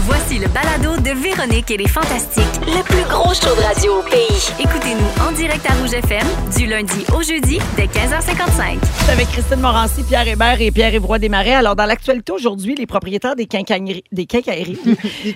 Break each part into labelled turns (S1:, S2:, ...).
S1: Voici le balado de Véronique et les Fantastiques.
S2: Le plus gros show de radio au pays.
S1: Écoutez-nous en direct à Rouge FM du lundi au jeudi dès 15h55.
S3: C'est avec Christine Morancy, Pierre Hébert et Pierre Évroy Desmarais. Alors, dans l'actualité aujourd'hui, les propriétaires des quincailleries, des quincailleries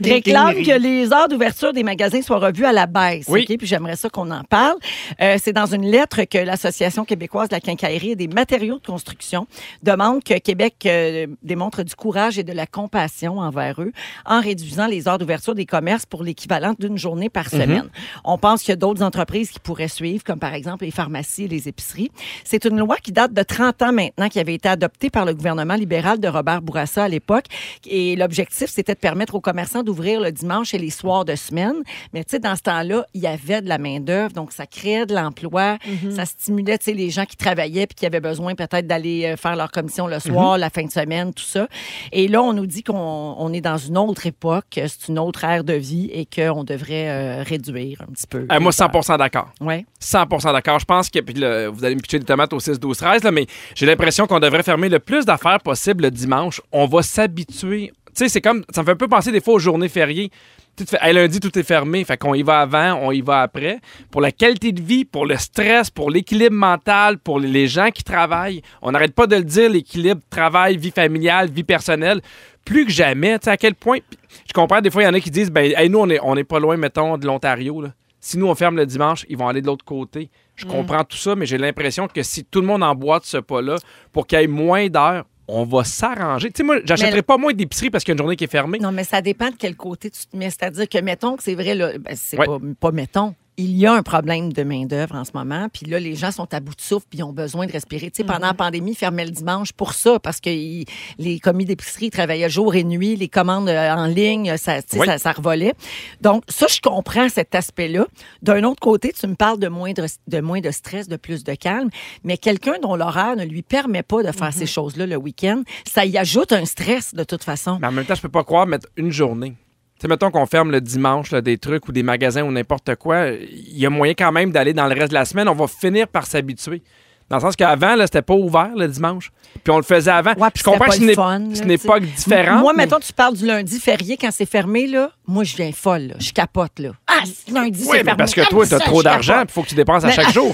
S3: réclament que les heures d'ouverture des magasins soient revues à la baisse.
S4: Oui.
S3: OK? Puis j'aimerais ça qu'on en parle. Euh, C'est dans une lettre que l'Association québécoise de la quincaillerie et des matériaux de construction demande que Québec euh, démontre du courage et de la compassion envers eux en réduisant les heures d'ouverture des commerces pour l'équivalent d'une journée par semaine. On pense qu'il y a d'autres entreprises qui pourraient suivre, comme par exemple les pharmacies et les épiceries. C'est une loi qui date de 30 ans maintenant, qui avait été adoptée par le gouvernement libéral de Robert Bourassa à l'époque. Et l'objectif, c'était de permettre aux commerçants d'ouvrir le dimanche et les soirs de semaine. Mais tu sais, dans ce temps-là, il y avait de la main-d'œuvre, donc ça créait de l'emploi, ça stimulait tu sais, les gens qui travaillaient puis qui avaient besoin peut-être d'aller euh, faire leur commission le soir, la fin de semaine, tout ça. Et là, on nous dit qu'on on est dans une autre époque, que c'est une autre ère de vie et qu'on devrait euh, réduire un petit peu.
S4: Euh, moi, 100 d'accord.
S3: Ouais.
S4: 100 d'accord. Je pense que, puis là, vous allez me pitcher des tomates au 6, 12, 13, là, mais j'ai l'impression qu'on devrait fermer le plus d'affaires possible le dimanche. On va s'habituer. Tu sais, c'est comme, ça me fait un peu penser des fois aux journées fériées. Tu sais, tu fais, Hey, lundi, tout est fermé. Fait qu'on y va avant, on y va après. Pour la qualité de vie, pour le stress, pour l'équilibre mental, pour les gens qui travaillent. On n'arrête pas de le dire, l'équilibre travail, vie familiale, vie personnelle. Plus que jamais, tu sais, à quel point. puis Je comprends, des fois, il y en a qui disent, ben, hey, nous, on est, on est pas loin, mettons, de l'Ontario, là. Si nous, on ferme le dimanche, ils vont aller de l'autre côté. Je
S3: Mm.
S4: comprends tout ça, mais j'ai l'impression que si tout le monde emboîte ce pas-là pour qu'il y ait moins d'heures, on va s'arranger. Tu sais, moi, j'achèterai
S3: Mais-
S4: pas moins d'épicerie parce qu'il y a une journée qui est fermée.
S3: Non, mais ça dépend de quel côté tu te mets. C'est-à-dire que, mettons que c'est vrai, là, ben, c'est
S4: Ouais.
S3: pas, pas mettons. Il y a un problème de main-d'œuvre en ce moment. Puis là, les gens sont à bout de souffle puis ils ont besoin de respirer. Tu sais, pendant la pandémie, ils fermaient le dimanche pour ça, parce que ils- les commis d'épicerie ils travaillaient jour et nuit, les commandes euh, en ligne, ça, tu sais,
S4: Oui.
S3: ça, ça revolait. Donc, ça, je comprends cet aspect-là. D'un autre côté, tu me parles de moins de, de moins de stress, de plus de calme, mais quelqu'un dont l'horaire ne lui permet pas de faire ces choses-là le week-end, ça y ajoute un stress de toute façon.
S4: Mais en même temps, je peux pas croire mettre une journée. Tu sais, mettons qu'on ferme le dimanche là, des trucs ou des magasins ou n'importe quoi, il y a moyen quand même d'aller dans le reste de la semaine. On va finir par s'habituer. Dans le sens qu'avant, là, c'était pas ouvert le dimanche. Puis on le faisait avant.
S3: Ouais, puis
S4: je comprends
S3: c'était
S4: que
S3: pas
S4: ce
S3: le
S4: n'est
S3: fun,
S4: ce
S3: là,
S4: n'est
S3: tu sais.
S4: pas différent.
S3: Moi,
S4: mais-
S3: mettons, tu parles du lundi férié quand c'est fermé, là. Moi, je viens folle, là. Je capote, là. Ah, c'est lundi,
S4: Oui,
S3: c'est
S4: mais
S3: fermé.
S4: parce que
S3: Ah,
S4: toi, t'as
S3: ça,
S4: trop
S3: je capote.
S4: d'argent, il faut que tu dépenses à chaque jour.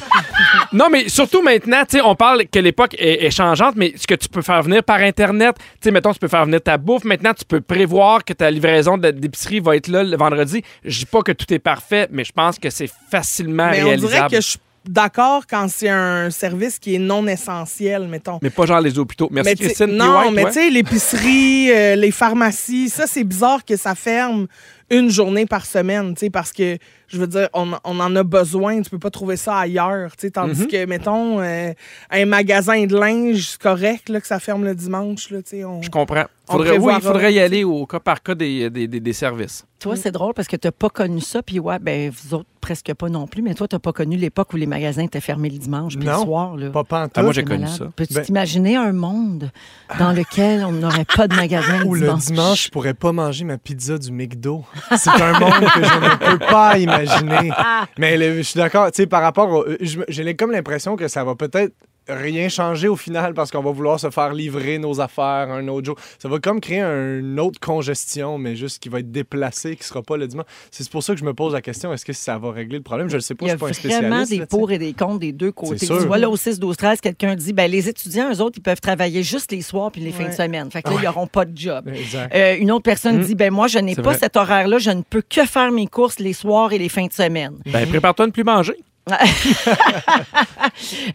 S4: non, mais surtout maintenant, tu sais, on parle que l'époque est, est changeante, mais ce que tu peux faire venir par Internet, tu sais, mettons, tu peux faire venir ta bouffe. Maintenant, tu peux prévoir que ta livraison de- d'épicerie va être là le vendredi. Je dis pas que tout est parfait, mais je pense que c'est facilement
S5: Mais on dirait
S4: réalisable.
S5: que je suis d'accord quand c'est un service qui est non essentiel, mettons.
S4: Mais pas genre les hôpitaux. Merci,
S5: Mais tu sais-
S4: Christine. Puis
S5: non,
S4: ouais,
S5: mais
S4: toi?
S5: tu sais, l'épicerie, euh, les pharmacies, ça, c'est bizarre que ça ferme une journée par semaine, tu sais, parce que, je veux dire, on, on en a besoin, tu peux pas trouver ça ailleurs, tu sais, tandis
S4: Mm-hmm.
S5: que, mettons, euh, un magasin de linge, c'est correct, là, que ça ferme le dimanche, là, tu sais, on...
S4: Je comprends.
S5: On
S4: Faudrait, oui,
S5: prévoira.
S4: il faudrait y aller au cas par cas des, des, des- des services.
S3: Toi, c'est drôle parce que t'as pas connu ça, puis ouais, ben, vous autres, presque pas non plus, mais toi, t'as pas connu l'époque où les magasins étaient fermés le dimanche, puis le
S6: Non.
S3: soir, là.
S6: Pas pantoute.
S4: Ah, moi, j'ai
S3: C'est
S4: connu
S3: malade.
S4: ça.
S3: Peux-tu
S6: Ben-
S3: t'imaginer un monde dans lequel on n'aurait pas de magasin
S6: Ou
S3: le
S6: le
S3: Ah, dimanche?
S6: dimanche, je pourrais pas manger ma pizza du McDo. C'est un monde que je ne peux pas imaginer. Mais le- je suis d'accord, tu sais, par rapport au- euh, je me- J'ai comme l'impression que ça va peut-être rien changer au final parce qu'on va vouloir se faire livrer nos affaires un autre jour. Ça va comme créer une autre congestion, mais juste qui va être déplacée, qui sera pas le dimanche. C'est pour ça que je me pose la question, est-ce que ça va régler le problème? Je le sais pas,
S3: Il y
S6: je
S3: a
S6: suis pas un
S3: vraiment
S6: spécialiste.
S3: des
S6: là, tu sais.
S3: pour et des contre des deux côtés.
S6: sûr.
S3: Tu vois, là, au 6, 12, 13, quelqu'un dit ben, les étudiants, eux autres, ils peuvent travailler juste les soirs puis les fins de
S5: Ouais.
S3: semaine. Fait que là, ils n'auront pas de job.
S6: Exact. Mm.
S3: Euh, une autre personne dit ben moi je n'ai
S4: C'est
S3: pas
S4: vrai.
S3: cet horaire-là, je ne peux que faire mes courses les soirs et les fins de semaine.
S4: Ben, prépare-toi à ne plus manger.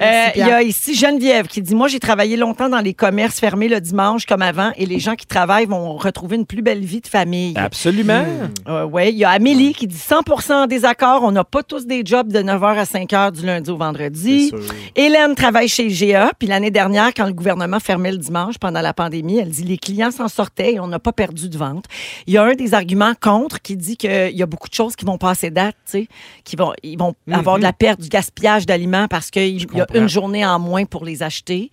S3: Euh, Il y a ici Geneviève qui dit moi j'ai travaillé longtemps dans les commerces fermés le dimanche comme avant et les gens qui travaillent vont retrouver une plus belle vie de famille.
S4: Absolument.
S3: Euh, ouais, il y a Amélie qui dit 100% en désaccord, on n'a pas tous des jobs de 9h à 5h du lundi au vendredi.
S6: C'est sûr.
S3: Hélène travaille chez GA, puis l'année dernière, quand le gouvernement fermait le dimanche pendant la pandémie, elle dit les clients s'en sortaient et on n'a pas perdu de vente. Il y a un des arguments contre qui dit qu'il y a beaucoup de choses qui vont passer date, tu sais, qui vont, ils vont avoir de la perte, du gaspillage d'aliments parce qu'il y a
S4: comprends.
S3: une journée en moins pour les acheter.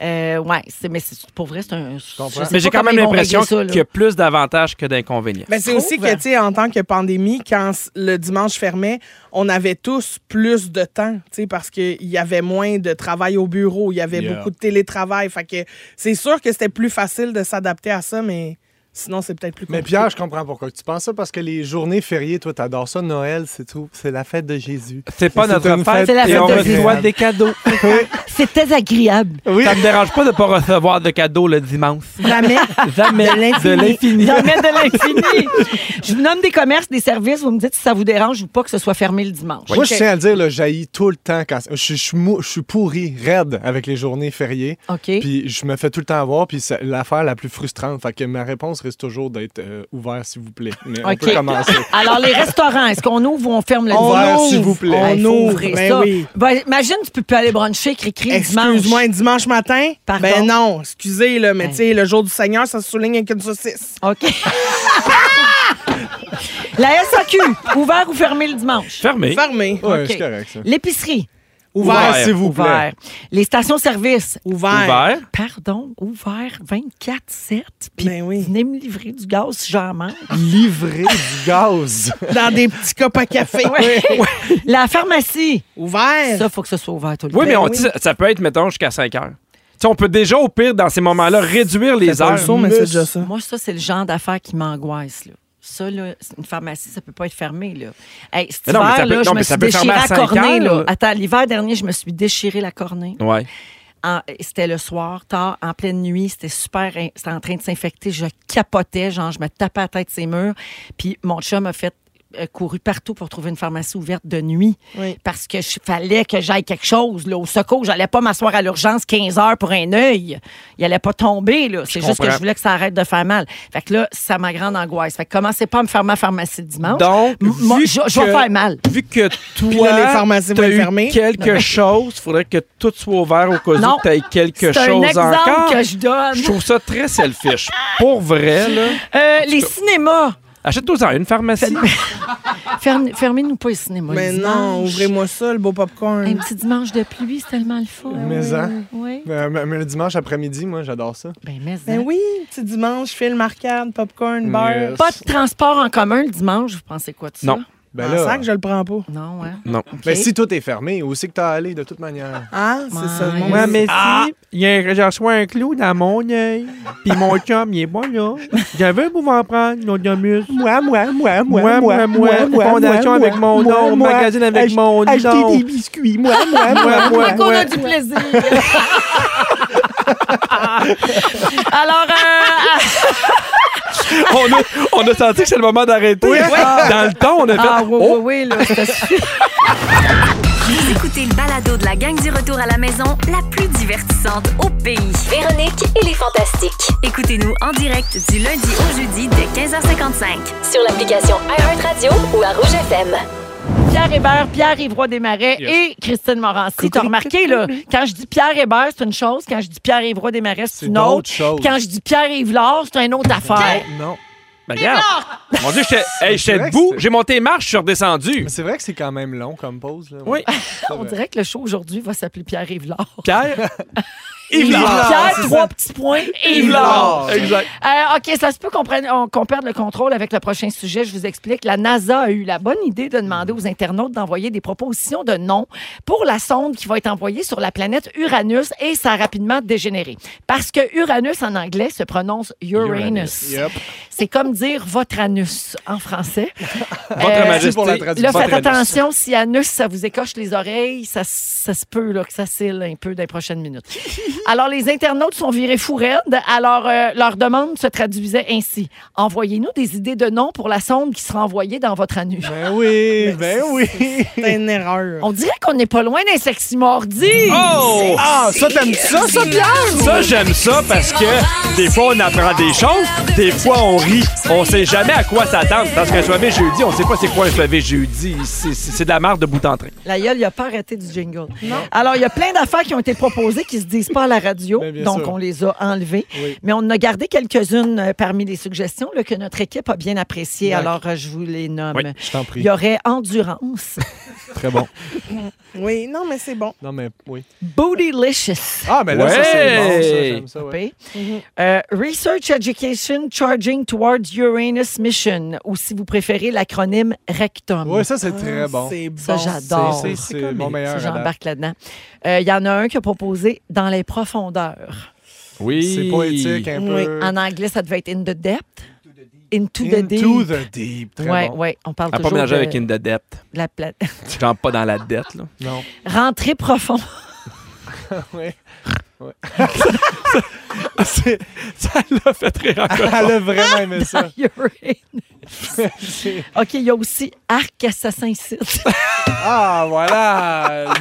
S3: Euh, ouais, c'est- mais c'est- pour vrai, c'est un.
S6: comprends.
S3: je sais
S4: Mais j'ai
S3: pas
S4: quand même
S3: comment ils vont régler
S4: l'impression
S3: ça, là.
S4: qu'il y a plus d'avantages que d'inconvénients.
S5: Ben, c'est aussi que,
S3: trouves?
S5: tu sais, en tant que pandémie, quand s- le dimanche fermait, on avait tous plus de temps, tu sais, parce qu'il y avait moins de travail au bureau, il y avait
S6: Yeah.
S5: beaucoup de télétravail. Fait que c'est sûr que c'était plus facile de s'adapter à ça, mais Sinon, c'est peut-être plus compliqué.
S6: Mais Pierre, je comprends pourquoi tu penses ça, parce que les journées fériées, toi, t'adores ça, Noël, c'est tout. C'est la fête de Jésus.
S4: C'est pas
S6: C'est
S4: notre
S6: une
S4: fête,
S3: fête. C'est la
S4: et
S3: fête
S4: on
S3: de
S4: reçoit
S6: Jésus.
S4: des cadeaux.
S3: C'est très agréable.
S6: Oui.
S4: Ça me dérange pas de pas recevoir de cadeaux le dimanche.
S3: Ben
S5: Jamais.
S4: Jamais de l'infini.
S3: J'en mets de l'infini. je vous nomme des commerces, des services. Vous me dites si ça vous dérange ou pas que ce soit fermé le dimanche.
S6: Moi, je tiens à le dire, là, j'haïs tout le temps. Quand... Je, suis- je suis mou- je suis pourri, raide avec les journées fériées.
S3: OK.
S6: Puis je me fais tout le temps avoir, puis c'est l'affaire la plus frustrante. Fait que ma réponse reste toujours d'être euh, ouvert, s'il vous plaît. Mais on
S3: OK. Ah,
S6: peut commencer.
S3: Alors, les restaurants, est-ce qu'on ouvre ou on ferme le
S6: On
S3: dimanche?
S6: ouvre, s'il vous plaît.
S3: Ah, il faut
S5: On ouvre,
S3: ouvrir
S5: ben
S3: ça.
S5: oui.
S3: Ben, imagine, tu peux plus aller bruncher, cri-cri, le dimanche.
S5: Excuse-moi, un dimanche matin?
S3: Pardon?
S5: Ben non, excusez, là, mais
S3: Hey.
S5: tu sais, le jour du Seigneur, ça se souligne avec une saucisse.
S3: OK. La SAQ, ouvert ou fermé le dimanche?
S4: Fermé.
S5: Fermé.
S6: Ouais,
S3: OK.
S6: c'est correct, ça.
S3: L'épicerie,
S5: Ouvert.
S6: S'il vous plaît.
S3: ouvert. Les stations-service,
S5: Ouvert.
S4: Ouvert.
S3: pardon, ouvert 24-7. Puis
S5: Ben oui.
S3: venez me livrer du gaz si j'en manque.
S6: Livrer du gaz.
S5: Dans des petits copes à café.
S3: La pharmacie,
S5: Ouvert. Ben
S3: ça, faut que ce soit ouvert tout le temps.
S4: Oui, mais on
S5: oui.
S4: dit ça- ça peut être, mettons, jusqu'à 5 heures. Tu sais, on peut déjà, au pire, dans ces moments-là, réduire les
S5: Pas
S4: heures.
S5: le saut, mais c'est déjà ça.
S3: Moi, ça, c'est le genre d'affaires qui m'angoisse. Là. Ça, là, c'est une pharmacie, ça peut pas être fermé. Là. Hey, cet
S4: Mais non, mais
S3: hiver,
S4: ça peut-
S3: là,
S4: non,
S3: je me
S4: mais ça
S3: suis
S4: peut fermer
S3: déchiré
S4: à
S3: la
S4: cinq
S3: cornée.
S4: heures,
S3: là.
S4: là.
S3: Attends, l'hiver dernier, je me suis déchiré la cornée.
S4: Ouais.
S3: En- c'était le soir, tard, en pleine nuit. C'était super. hein, C'était en train de s'infecter. Je capotais. Genre, je me tapais à la tête ces murs. Puis mon chum a fait euh, couru partout pour trouver une pharmacie ouverte de nuit
S5: Oui.
S3: parce que je fallait que j'aille quelque chose là, au secours j'allais pas m'asseoir à l'urgence 15 heures pour un œil il allait pas tomber là c'est juste que
S4: comprends.
S3: je voulais que ça arrête de faire mal fait que là ça ma grande angoisse fait que commencez pas à me faire ma pharmacie dimanche
S4: Donc,
S3: M- moi,
S4: vu
S3: je, je vais
S4: que-
S3: faire mal
S4: Vu que
S5: là, les
S4: toi,
S5: pharmacies vont
S4: t'as
S5: être
S4: eu
S5: fermées.
S4: quelque chose, il faudrait que tout soit ouvert au cas
S3: Non.
S4: où tu quelque
S3: c'est un
S4: chose
S3: exemple
S4: encore.
S3: que je donne
S4: Je trouve ça très selfish. Pour vrai, là,
S3: Euh, les cinémas
S4: achète-toi une pharmacie.
S3: Ferme- Fermez-nous pas les cinémas.
S5: Mais
S3: le
S5: non,
S3: dimanche.
S5: ouvrez-moi ça, le beau
S3: Un
S5: popcorn.
S3: petit dimanche de pluie, c'est tellement le fun.
S6: Mais, hein.
S3: Oui.
S6: Euh, mais- mais le dimanche après-midi, moi, j'adore ça.
S3: Ben, mais,
S5: Ben
S3: hein.
S5: oui, petit dimanche, film arcade, popcorn, beurre.
S6: Mais,
S3: Pas de transport en commun le dimanche, vous pensez quoi de ça?
S4: Non.
S6: Ben
S5: En sac, Ah, je le prends pas.
S3: Non, hein?
S4: Non.
S3: OK.
S6: Ben, si tout est fermé, où c'est que t'as allé de toute manière? Ah!
S5: Ah, c'est
S3: Ouais.
S5: ça.
S3: Ouais,
S5: mais
S4: si, j'ai reçu un clou dans mon œil, puis mon chum, il est bon là. J'avais pour en prendre, mon domus.
S6: Moi, moi, moi,
S4: Moi, moi, moi, fondation avec mon nom, magazine avec mon nom.
S6: biscuits, moi, moi,
S4: moi, moi.
S3: Fait qu'on a du plaisir. Alors, euh,
S4: on, a, on a senti que c'est le moment d'arrêter. Dans le temps, on a fait.
S3: ah oui,
S4: oh,
S3: oui, oui, là, c'était super.
S1: Vous écoutez le balado de la gang du retour à la maison, la plus divertissante au pays.
S2: Véronique et les Fantastiques.
S1: Écoutez-nous en direct du lundi au jeudi dès 15h55.
S2: Sur l'application iHeartRadio ou à Rouge FM.
S3: Pierre Hébert, Pierre Ivroy Desmarais et Christine Morancy. T'as remarqué, là, quand je dis Pierre Hébert, c'est une chose. Quand je dis Pierre Ivroy Desmarais, c'est
S6: C'est
S3: une autre.
S6: d'autres choses.
S3: Puis Quand je dis Pierre Yvelard, c'est une autre affaire.
S6: Non.
S4: ben, regarde. Mon Dieu, j'étais hey, j'étais
S6: vrai que
S4: debout,
S6: c'est-
S4: j'ai monté les marches, je suis redescendu.
S6: Mais c'est vrai que c'est quand même long comme pause. Là.
S4: Oui.
S6: C'est
S3: On
S6: vrai.
S3: dirait que le show aujourd'hui va s'appeler Pierre Yvelard.
S4: Pierre.
S6: Yvelard,
S3: Pierre,
S6: c'est
S3: trois petits points, Yvelard.
S6: Yvelard.
S4: Exact.
S3: Euh, OK, ça se peut qu'on prenne- on- qu'on perde le contrôle avec le prochain sujet. Je vous explique. La NASA a eu la bonne idée de demander aux internautes d'envoyer des propositions de noms pour la sonde qui va être envoyée sur la planète Uranus et ça a rapidement dégénéré. Parce que Uranus en anglais se prononce Uranus.
S6: Yep.
S3: C'est comme dire votre anus en français.
S4: Votre
S3: Euh,
S4: majesté.
S6: pour la traduction.
S3: Là,
S6: Votre
S3: faites
S4: anus.
S3: attention, si anus, ça vous écoche les oreilles, ça, ça se peut là, que ça cille un peu dans les prochaines minutes. Alors, les internautes sont virés fous raides. Alors, euh, leur demande se traduisait ainsi. Envoyez-nous des idées de noms pour la sonde qui sera envoyée dans votre anus.
S6: Ben oui, ben oui.
S5: c'est une erreur.
S3: On dirait qu'on n'est pas loin d'un sexy mordi.
S4: Oh!
S6: Ah, ça, t'aimes ça, ça, Pierre?
S4: Ça, j'aime ça parce que des fois, on apprend des choses, des fois, on rit. On sait jamais à quoi s'attendre. Parce qu'un soirée jeudi, on sait pas c'est quoi un soirée jeudi. C'est- C'est c'est de la merde de bout en train.
S3: La gueule, il n'a pas arrêté du jingle. Alors, il y a plein d'affaires qui ont été proposées qui se disent pas à la radio,
S6: Ben, bien
S3: donc
S6: sûr.
S3: on les a enlevées.
S6: Oui.
S3: Mais on en a gardé quelques-unes euh, parmi les suggestions là, que notre équipe a bien appréciées.
S6: D'accord.
S3: Alors, euh, je vous les nomme.
S4: Oui,
S6: Je t'en
S3: Il
S6: prie.
S3: y aurait endurance,
S6: Très bon.
S5: Oui, non, mais c'est bon.
S6: Non, mais oui.
S3: bootylicious.
S6: Ah, mais là, ça,
S4: Ouais. Mm-hmm.
S6: c'est bon, ça, j'aime ça. ouais.
S3: Coupé. Euh, Research Education Charging Towards Uranus Mission, ou si vous préférez l'acronyme RECTUM.
S6: Ouais, ça, c'est très bon.
S5: C'est bon.
S3: Ça, j'adore.
S6: C'est-
S4: Ah, C'est
S6: C'est
S4: comme-
S6: mon
S3: Ça,
S6: meilleur. à date.
S3: J'embarque là-dedans. Euh, Il y en a un qui a proposé dans les profondeurs.
S4: Oui.
S6: C'est poétique un
S3: Oui.
S6: peu.
S3: En anglais, ça devait être in the depth. Into the deep.
S6: Into the deep. Très
S3: Ouais,
S6: bon.
S3: ouais, on parle
S4: À pas
S3: toujours
S4: mélanger
S3: de,
S4: avec une de dette.
S3: de la plate.
S4: Tu rentres pas dans la dette, là.
S6: Non.
S3: Rentrer profond.
S6: Ouais. Ouais.
S4: C'est- ça l'a fait rire encore.
S6: Elle a vraiment aimé ça.
S3: OK,
S6: C'est-
S3: il y a aussi arc assassin ici.
S6: ah, voilà.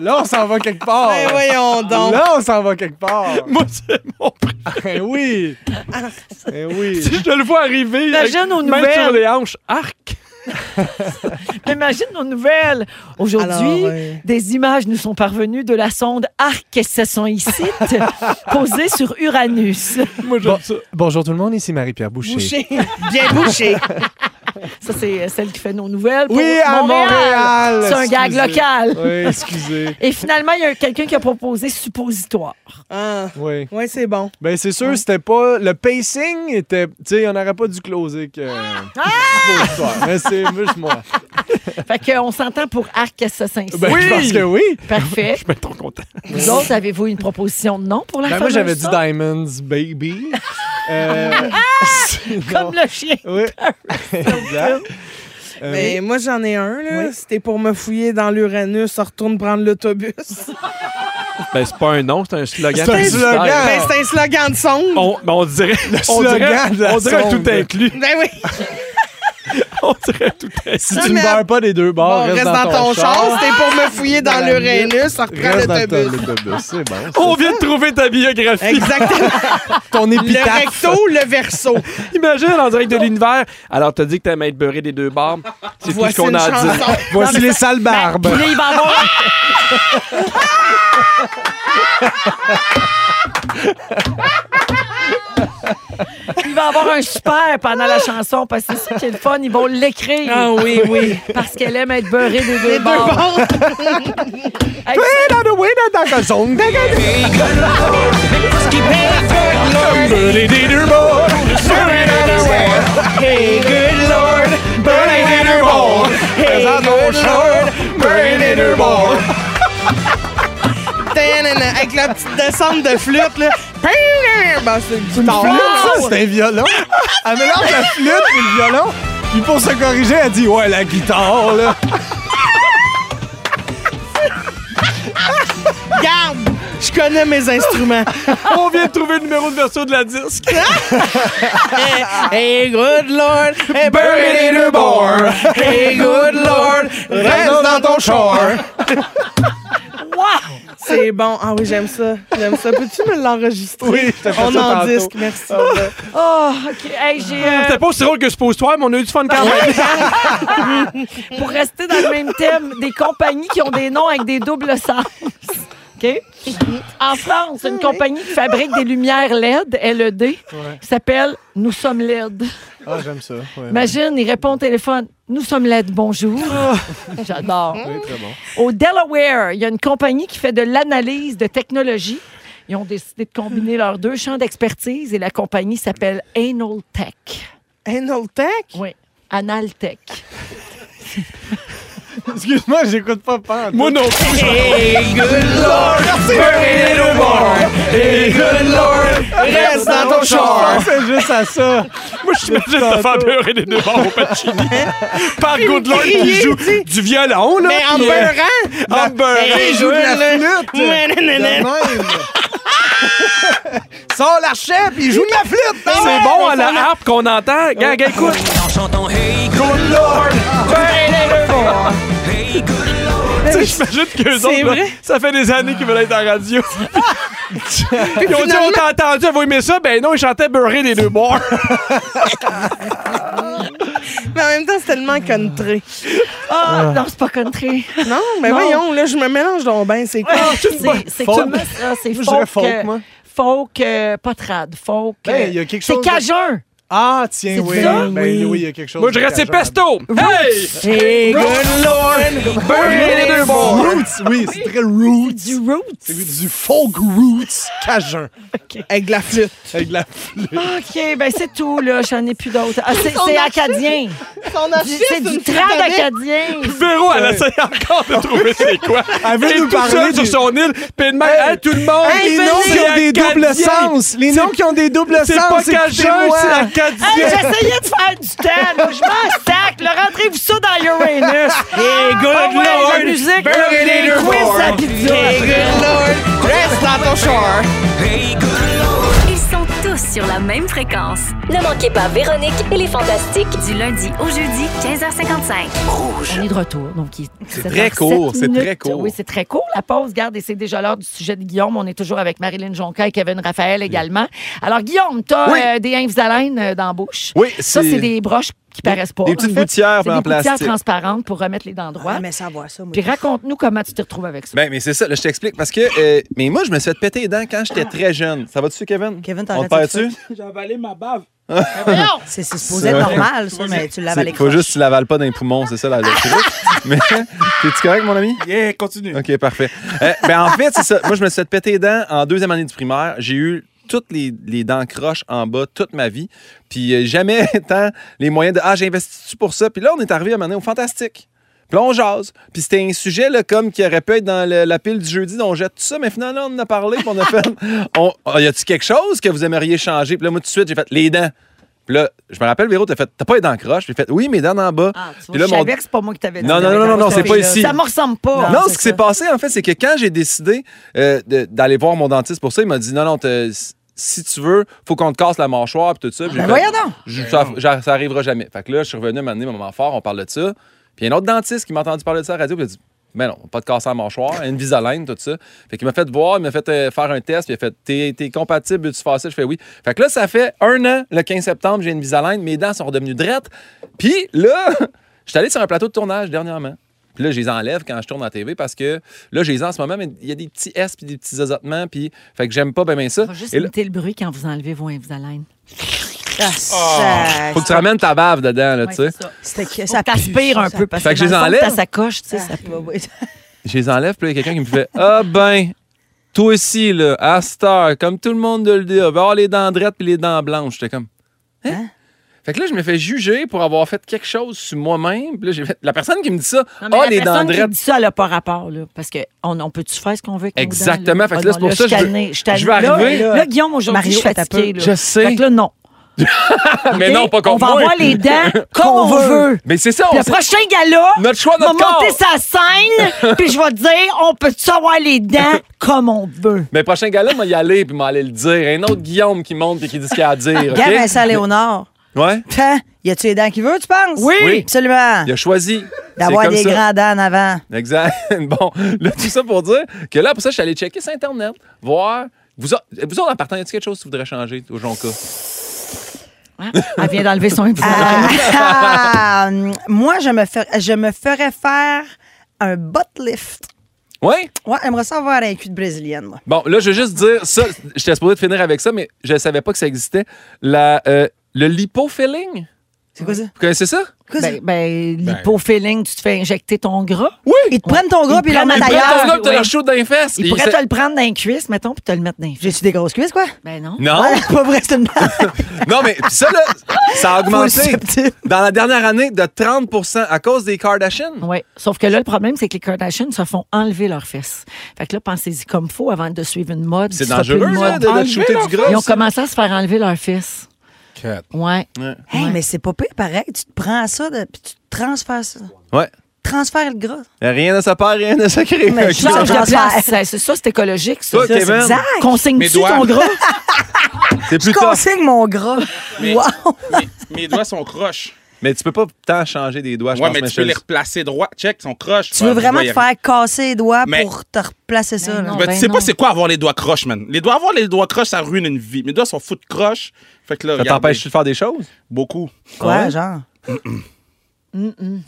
S6: Là, on s'en va quelque part.
S5: Ben voyons donc.
S6: Là, on s'en va quelque part.
S4: Moi, c'est mon préféré.
S3: Ah,
S6: Eh oui. Eh oui.
S4: Si je le vois arriver,
S3: Imagine
S4: avec-
S3: aux
S4: main
S3: nouvelles.
S4: sur les hanches, arc.
S3: Imagine nos nouvelles. Aujourd'hui,
S5: Alors, ouais.
S3: des images nous sont parvenues de la sonde arc assassin ici posée sur Uranus.
S4: Moi, j'aime ça.
S6: Bonjour tout le monde, ici Marie-Pierre Boucher.
S5: Bouché. Bien bouché.
S3: Ça, c'est euh, celle qui fait nos nouvelles. pour
S6: Oui, à Montréal.
S3: C'est un gag
S6: Excusez.
S3: local.
S6: Oui, excusez.
S3: Et finalement, il y a quelqu'un qui a proposé suppositoire.
S5: Ah.
S6: Oui.
S5: Ouais, c'est bon.
S6: Ben c'est sûr, c'était pas le pacing était, tu sais, on n'aurait pas dû closer que
S3: Ah!
S6: Bonsoir. Mais c'est juste moi.
S3: Fait qu'on s'entend pour arc assassin ici.
S6: Ben, je pense que oui.
S3: Parfait.
S4: Je suis bien trop content.
S3: Vous autres, avez-vous une proposition de nom pour la
S6: Ben, moi
S3: fameuse
S6: j'avais dit
S3: sonde?
S6: Diamonds Baby. Euh,
S3: Ah! Comme le chien.
S6: sinon- oui. exact. Euh,
S5: Mais Ben, moi, j'en ai un, là. C'était pour me fouiller dans l'Uranus, on retourne prendre l'autobus.
S4: Ben, c'est pas un nom, c'est un slogan.
S6: C'est un
S4: publicitaire.
S6: slogan.
S5: Ben, c'est un slogan de sonde.
S4: On, ben, on dirait. on
S6: slogan
S4: dirait-
S6: de la
S4: on dirait
S6: sonde.
S4: tout inclus.
S5: Ben oui.
S4: On dirait tout inclus.
S6: si
S5: ça,
S6: tu ne
S5: mais-
S6: meurs pas des deux bords,
S5: Bon, reste dans ton char. C'était pour me fouiller
S6: Ah. Dans
S5: dans
S6: la
S5: l'Uranus, on reprend
S6: Reste dans ton
S5: l'autobus.
S6: autobus, c'est bon.
S4: On vient de trouver ta biographie.
S5: Exactement.
S6: Ton
S5: le
S6: épitaphe.
S5: recto, le verso.
S4: Imagine, en direct de l'univers. Alors, t'as dit que t'aimais être beurré des deux barbes. C'est tout ce
S5: Voici
S4: qu'on
S5: une
S4: a à dire.
S5: chanson.
S6: Voici les sales
S7: ben,
S6: barbes.
S5: Ben,
S3: Puis là, il va avoir- Il va avoir un super pendant la chanson parce que c'est ça qui est le fun. Ils vont l'écrire.
S5: Ah oui, oui.
S3: Parce qu'elle aime être beurrée des deux
S5: Deux
S3: bords.
S5: bons.
S3: Hey,
S6: Way down the way down the zone.
S4: Beurré des deux barbes.
S5: Hey, good lord. Tanana, Avec la petite descente de flûte, là. Ben, c'est une guitare. Ah,
S6: flûte, ça, c'est un violon. Elle mélange la flûte et le violon. Puis pour se corriger, elle dit Ouais, la guitare, là.
S5: Garde, je connais mes instruments.
S4: On vient de trouver le numéro de verso de la disque.
S5: hey, good lord. Hey,
S6: Bury the born.
S5: Hey, good lord.
S6: Reste dans ton char.
S3: Wow!
S5: C'est bon. Ah oui, j'aime ça. J'aime ça. Peux-tu me l'enregistrer?
S6: Oui, je te fais
S5: On
S6: ça
S5: en
S6: tantôt.
S5: disque, merci.
S3: Oh, OK. Hey, j'ai,
S6: Ah,
S3: euh,
S4: Ah C'était pas aussi drôle que suppositoire, mais on a eu du fun quand même.
S3: Ah, pour rester dans le même thème, des compagnies qui ont des noms avec des doubles sens. OK? En France, une compagnie qui fabrique des lumières LED, LED, s'appelle Nous sommes E LED.
S6: Ah, j'aime ça. ouais.
S3: Imagine, il répond au téléphone. Nous sommes LED, bonjour. Ah, J'adore.
S6: Oui, très bon.
S3: Au Delaware, il y a une compagnie qui fait de l'analyse de technologie. Ils ont décidé de combiner leurs deux champs d'expertise et la compagnie s'appelle Anal Tech.
S5: Un old tech?
S3: Oui, Anal Tech.
S6: Excuse-moi, j'écoute pas pas.
S4: Moi non plus.
S5: Reste dans ton char!
S6: C'est juste à ça.
S4: Moi, je t'imagine de faire beurrer des deux barbes au Pacini. Par Goodlord qui joue du violon, là.
S5: Mais en
S4: puis, euh,
S5: beurrant!
S4: en beurrant.
S5: Hey,
S6: Il joue de la
S5: Joël,
S6: flûte.
S5: là.
S6: De même. Sors l'archet, puis il joue de la flûte. dans
S4: hein? C'est
S6: le-
S4: bon à la harpe qu'on entend. Gars, gars, écoute. Tu sais, J'imagine qu'eux
S5: C'est
S4: autres, là,
S5: vrai.
S4: ça fait des années qu'ils veulent être en radio. Ils ont dit,
S5: finalement-
S4: on t'a entendu, vous aimez ça? Ben non, ils chantaient beurrer les deux bords.
S5: Mais en même temps, c'est tellement contré.
S3: Ah, non, c'est pas country.
S5: Non, mais
S3: Non.
S5: voyons, là, je me mélange donc ben, c'est quoi?
S3: C'est c'est
S6: Folk.
S3: comme ça, c'est
S6: Moi, je dirais
S3: folk.
S6: folk,
S3: euh,
S6: moi.
S3: Folk, euh, pas trad, folk.
S6: Ben, il y a
S3: euh,
S6: quelque
S3: C'est
S6: chose de-
S3: cajun.
S6: Ah, tiens,
S3: C'est
S6: oui.
S3: ça?
S6: Ben oui, il y a quelque chose.
S4: Moi, je
S6: de
S4: restais
S6: cageant.
S4: pesto. Hey!
S3: C'est
S6: Good Lord,
S4: Burning les deux bords.
S6: Roots, oui, c'est très roots.
S3: du roots.
S6: C'est du folk roots cajun.
S5: Avec de la flûte.
S6: Avec de la flûte.
S3: OK, ben c'est tout, là. J'en ai plus d'autres. Ah, c'est c'est acadien.
S5: Son
S3: Du-
S5: archive,
S3: C'est du
S5: une
S3: trad
S5: fritanette.
S3: acadien.
S4: Véro, elle essaie encore de trouver c'est quoi.
S6: Elle veut
S4: Elle est
S6: nous
S4: tout
S6: parler
S4: seule sur
S6: des-
S4: son île, puis elle demande Hey, tout le monde!
S6: Hey, les
S4: c'est
S6: noms qui ont des
S4: acadien.
S6: doubles sens! Les
S4: C'est-
S6: noms qui ont des doubles
S4: C'est
S6: sens!
S4: pas cajun,
S6: moi.
S4: c'est acadien!
S3: Hey, J'essayais de faire du temps. là. Je m'en sac. là. Rentrez-vous ça dans Uranus. Et good ah, ouais, La
S4: Lord,
S3: musique,
S4: burn
S3: là,
S4: it
S3: les
S4: in your
S3: quiz à
S4: core.
S3: pizza.
S1: Ils sont tous sur la même fréquence.
S2: Ne manquez pas Véronique et les Fantastiques.
S1: Du lundi au jeudi, 15h55.
S3: On est de retour. Donc, il- c'est
S8: très
S3: dans
S8: court,
S3: sept
S8: c'est
S3: minutes.
S8: très court.
S3: Oui, c'est très court. La pause, garde, et c'est déjà l'heure du sujet de Guillaume. On est toujours avec Marilyn Jonca et Kevin Raphaël également. Alors, Guillaume, t'as
S8: Oui.
S3: euh, des invisalignes euh, dans la bouche.
S8: Oui,
S3: Ça, c'est
S8: c'est-
S3: des broches qui paraissent pas.
S8: des
S3: en
S8: petites
S3: fait.
S8: gouttières,
S3: C'est
S8: mais en
S3: des gouttières
S8: plastique.
S3: transparentes pour remettre les dents droits.
S9: Ah, mais ça va, ça, moi.
S3: Puis raconte-nous comment tu te retrouves avec ça.
S8: Ben, mais c'est ça, là, je t'explique. Parce que. euh, mais moi, je me suis fait péter les dents quand j'étais très jeune. Ça va-tu, Kevin?
S9: Ah. Kevin,
S8: On te
S9: t'arrêtes de
S8: perd-tu?
S5: J'ai avalé ma bave.
S3: Voyons!
S9: C'est c'est supposé être
S8: C'est-
S9: normal, ça, mais tu l'avais à
S8: C'est- Faut juste que tu l'avales pas dans les poumons, c'est ça la le truc. Mais t'es-tu correct, mon ami?
S5: Yeah, continue.
S8: OK, parfait. Euh, ben, en fait, c'est ça. Moi, je me suis fait péter les dents en deuxième année du primaire. J'ai eu toutes les, les dents croches en bas toute ma vie. Puis euh, jamais tant les moyens de Ah, j'investis-tu pour ça? Puis là, on est arrivé à un moment donné au fantastique. Puis là, on jase. Puis c'était un sujet là, comme qui aurait pu être dans le- la pile du jeudi, dont on jette tout ça. Mais finalement, on en a parlé. Puis on a fait on, Ah, Y a-tu quelque chose que vous aimeriez changer? Puis là, moi, tout de suite, j'ai fait Les dents. Puis là, je me rappelle, Véro, t'as fait T'as pas les dents croches? Puis j'ai fait Oui, mes dents en bas.
S3: Ah, tu vois,
S8: Puis là,
S3: je
S8: mon-
S3: savais que c'est pas moi qui t'avais dit.
S8: Non, non, non, non, non, c'est pas ici.
S3: Ça me ressemble pas.
S8: Non,
S3: hein,
S8: ce qui s'est
S3: ça.
S8: passé, en fait, c'est que quand j'ai décidé euh, de- d'aller voir mon dentiste pour ça, il m'a dit non, non, te- si tu veux, faut qu'on te casse la mâchoire puis tout ça. Puis
S3: Ah,
S8: j'ai
S9: Ben
S8: fait,
S9: voyons donc!
S8: Je- ça, j'a- ça arrivera jamais. Fait que là, je suis revenu m'amener mon moment fort, on parle de ça. Puis il y a un autre dentiste qui m'a entendu parler de ça à la radio, puis il a dit Mais non, pas de casser la mâchoire, une visaline, tout ça. Fait qu'il m'a fait voir, il m'a fait euh, faire un test, puis il a fait T'es t'es compatible, tu fais ça Je fais oui. Fait que là, ça fait un an, le 15 septembre, j'ai une visaline, mes dents sont redevenues drettes. Puis là, je suis allé sur un plateau de tournage dernièrement. Puis là, je les enlève quand je tourne en TV parce que là, je les ai en ce moment, mais il y a des petits S puis des petits azotements, puis fait que j'aime pas bien ça.
S3: On va juste
S8: Et là, Ah.
S3: imiter le bruit quand vous enlevez vos invisalignes.
S8: faut que tu ramènes ta bave dedans, là,
S3: Ouais,
S8: tu sais.
S3: c'est ça.
S9: C'était
S3: Ça t'aspire un peu parce que,
S8: Fait que je les
S3: dans le fond de ta
S8: enlève.
S3: sacoche, tu sais, ça
S8: je les enlève, puis là, il y a quelqu'un qui me fait Ah ben, toi aussi, là, à cette heure, comme tout le monde le dit, va avoir les dents drettes puis les dents blanches. J'étais comme Hein? Fait que là, je me fais juger pour avoir fait quelque chose sur moi-même. Puis là, j'ai fait- La personne qui me dit ça, ah,
S3: Non, mais la
S8: les dents
S3: personne qui
S8: drettes.
S3: dit ça, elle n'a pas rapport, là, parce qu'on on on peut-tu faire ce qu'on veut avec nos dents,
S8: Exactement. Fait que là,
S3: Ah
S8: c'est
S3: non,
S8: pour ça que
S3: je
S8: je
S3: suis
S8: veux-
S3: tannée, je suis tannée.
S8: je veux arriver.
S3: Là, là, Guillaume, aujourd'hui, je
S9: Mario,
S3: suis
S9: fait un peu.
S3: fatiguée. là.
S8: Je sais.
S3: Fait que là, non.
S8: Mais
S3: OK?
S8: non, pas qu'on
S3: On va
S8: voit.
S3: avoir les dents qu'on veut.
S8: Mais c'est ça, on
S3: Le
S8: s'est-
S3: prochain gala,
S8: Notre choix,
S3: on va
S8: notre corps.
S3: monter sa scène, puis je vais te dire, on peut-tu avoir les dents comme on veut?
S8: Mais prochain gars-là, m'a y aller, puis m'a aller le dire. Un autre Guillaume qui monte et qui dit ce qu'il y a à dire.
S9: Regarde
S8: OK?
S9: Ah, Vincent Léonard.
S8: Ouais.
S9: Hein? Y a-tu les dents qu'il veut, tu penses?
S8: Oui.
S9: Absolument.
S8: Il a choisi. C'est
S9: D'avoir
S8: comme
S9: des
S8: ça.
S9: grands dents en avant.
S8: Exact. bon, là, tout ça pour dire que là, pour ça, je suis allé checker sur Internet, voir. Vous, autres- vous autres, en partant, y a-t-il quelque chose que vous voudrez changer au Jonca?
S3: Hein? Elle vient d'enlever son
S9: Ah,
S3: épouvantail.
S9: ah, moi, je me, fer- je me ferais faire un butt lift.
S8: Oui?
S9: Ouais, j'aimerais ça avoir un cul de brésilienne, moi.
S8: Bon, là, je veux juste dire ça. J'étais supposé de finir avec ça, mais je ne savais pas que ça existait. La, euh, le lipo-filling.
S9: C'est quoi ça?
S8: Vous connaissez ça?
S9: Quoi ça?
S3: Ben, ben l'hypofilling, tu te fais injecter ton gras.
S9: Ils te prennent ton gras
S3: Ils
S9: puis ils le
S3: prennent-
S9: mettent
S3: ils prennent
S9: ailleurs.
S8: Ton homme te
S3: oui.
S8: le chaud dans les fesses.
S3: Ils
S8: Il-
S3: pourraient
S8: c'est-
S3: te le prendre dans les cuisses, mettons, puis te le mettre dans les fesses.
S9: J'ai-tu des grosses cuisses, quoi?
S3: Ben non.
S8: Non,
S9: Ah, pas vrai, c'est une blague.
S8: non, mais pis ça, là, ça a
S9: Faut
S8: augmenté
S9: le sceptique.
S8: dans la dernière année de 30 à cause des Kardashians.
S3: Oui. Sauf que là, le problème, c'est que les Kardashians se font enlever leurs fesses. Fait que là, pensez-y comme faut avant de suivre une mode.
S8: C'est
S3: qui sera plus
S8: dangereux,
S3: une
S8: là,
S3: mode.
S8: de, de shooter du gras.
S3: Ils ont commencé à se faire enlever leurs fesses. Ouais.
S9: Hey,
S3: Ouais.
S9: mais c'est pas pire pareil. Tu te prends ça, de- puis tu te transfères ça.
S8: Ouais.
S9: Transfère le gras.
S8: Rien ne se perd, rien ne se crée.
S9: Mais
S8: Ok.
S9: change
S3: Change
S9: de
S3: de
S9: place.
S3: place. Ça, C'est ça, c'est écologique, ça.
S8: Toi,
S3: Ça, c'est
S8: Kevin.
S3: exact.
S8: Mes
S3: Consigne-tu
S8: doigts.
S3: ton gras?
S8: C'est
S9: Je
S8: plus tough.
S9: consigne mon gras. Wow!
S5: Mes doigts sont croches.
S8: Mais tu peux pas tant changer des doigts, je
S10: Ouais,
S8: pense,
S10: mais tu peux
S8: Michel.
S10: les replacer droit. Check, ils sont croches.
S9: Tu veux
S10: Ouais,
S9: vraiment
S10: je
S9: te
S10: vois,
S9: faire casser les doigts
S10: Mais-
S9: pour te replacer ça.
S3: Mais
S9: là.
S3: non.
S10: Ben,
S3: Ben
S10: tu sais
S3: non.
S10: pas c'est quoi avoir les doigts croches, man. Les doigts, avoir les doigts croches, ça ruine une vie. Mes doigts sont foutus de croches. Fait que là,
S8: Ça
S10: regardez,
S8: t'empêche de faire des choses?
S10: beaucoup.
S9: Quoi,
S8: Ouais.
S9: genre?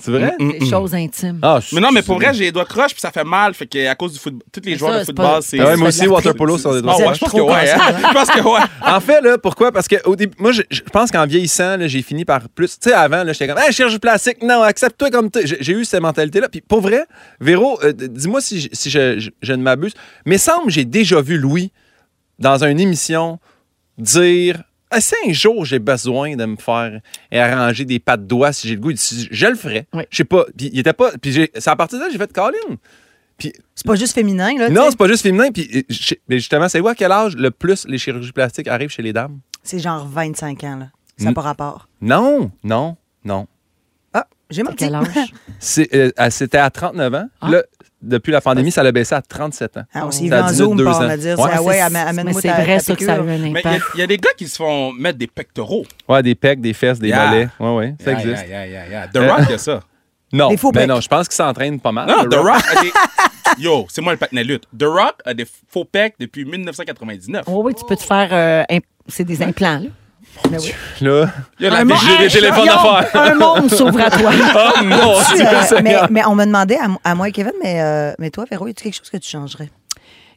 S8: C'est vrai?
S3: Des choses Mm, intimes.
S8: Ah,
S10: Mais non, mais pour vrai, j'ai les doigts croches, puis ça fait mal. Fait que à cause du football, tous les
S3: Mais
S10: joueurs
S3: ça,
S10: de
S3: c'est
S10: football,
S3: pas-
S10: c'est.
S8: Ah ouais, moi aussi,
S10: c'est-
S8: water polo sur les doigts.
S10: Ah ouais, je pense que ouais. hein. Je pense que ouais.
S8: En fait, là, pourquoi? Parce que au début, moi, je, je pense qu'en vieillissant, là, j'ai fini par plus. Tu sais, avant, là, j'étais comme, hey, chirurgie plastique, non, accepte-toi comme t'es. J'ai j'ai eu cette mentalité-là. Puis pour vrai, Véro, euh, d- dis-moi si, je, si je, je- je ne m'abuse. Mais semble, j'ai déjà vu Louis dans une émission dire. Ah, Si un jour j'ai besoin de me faire arranger des pattes doigts si j'ai le goût, il dit, je le ferais.
S3: Oui.
S8: Je sais pas. Puis il était pas. Puis j'ai- c'est à partir de là j'ai fait Colin. Puis
S9: C'est pas juste féminin, là.
S8: non,
S9: tu sais.
S8: c'est pas juste féminin. Puis euh, je- mais justement, c'est où à quel âge le plus les chirurgies plastiques arrivent chez les dames?
S9: C'est genre 25 ans, là. Ça n'a
S8: Mm.
S9: pas rapport.
S8: Non, non, non.
S9: Ah, j'ai
S3: À
S9: menti.
S3: quel âge?
S8: C'est, euh, à- C'était à 39 ans.
S3: Ah.
S8: Là, depuis la pandémie, ça l'a baissé à 37 ans.
S9: Ah, on s'est
S8: Ça a
S9: vu en
S8: diminué
S9: Zoom,
S8: de deux
S9: par
S8: ans.
S9: me dire,
S8: Ouais.
S9: ah ouais, amè-
S3: Mais
S9: amène-moi
S3: c'est
S9: ta,
S3: vrai,
S9: ta
S3: ça, que
S9: piqûre.
S3: ça a eu un
S10: Mais il y a-
S3: impact.
S10: il y, a des gars qui se font mettre des pectoraux.
S8: Ouais, des pecs, des fesses, des
S10: Yeah.
S8: mollets. Ouais, ouais, ça
S10: Yeah,
S8: existe. Euh,
S10: yeah, yeah, yeah, yeah. The Rock, il y a ça.
S8: Non,
S9: Des faux
S8: mais
S9: pecs.
S8: non, je pense qu'ils s'entraînent pas mal.
S10: Non,
S8: le
S10: The
S8: rock.
S10: Rock a des... Yo, c'est moi le patinet lutte. The Rock a des faux pecs depuis 1999.
S3: Oh Oui, oui, tu peux te faire. euh, imp- C'est des implants, là. Mais oui.
S8: Là,
S10: Il y a la
S3: Un monde-
S8: j'ai- j'ai les bonnes
S3: Guillaume,
S8: affaires.
S3: Un monde s'ouvre à toi.
S8: Oh mon
S9: Tu,
S8: Dieu,
S9: euh, mais,
S8: Seigneur.
S9: mais on me demandait, à, m- à moi et Kevin, mais, euh, mais toi, Véro, y a-tu quelque chose que tu changerais?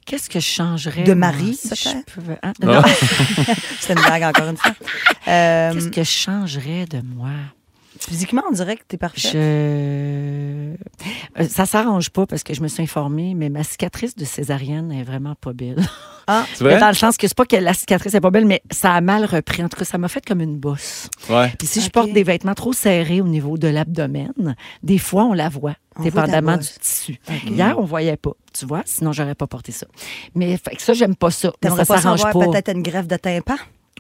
S3: Qu'est-ce que je changerais?
S9: De
S3: moi,
S9: Marie,
S3: si je
S9: peut-être?
S3: pouvais- hein?
S10: Ah.
S3: Non.
S9: C'était une blague, encore une fois. Euh,
S3: Qu'est-ce que je changerais de moi?
S9: physiquement, on dirait que t'es parfait.
S3: Je... Euh, Ça s'arrange pas parce que je me suis informée, mais ma cicatrice de césarienne est vraiment pas belle.
S9: Ah.
S8: C'est vrai?
S3: Mais dans le sens que c'est pas que la cicatrice est pas belle, mais ça a mal repris. En tout cas, ça m'a fait comme une bosse.
S8: Ouais.
S3: Puis si je
S9: Ok.
S3: porte des vêtements trop serrés au niveau de l'abdomen, des fois, on la voit,
S9: On voit ta
S3: dépendamment du
S9: bosse.
S3: tissu. Hier, on voyait pas, tu vois, sinon j'aurais pas porté ça. Mais fait que ça, j'aime pas ça. Mais
S9: T'aimerais
S3: ça
S9: pas
S3: s'arrange
S9: savoir
S3: pas.
S9: peut-être une greffe de tympan?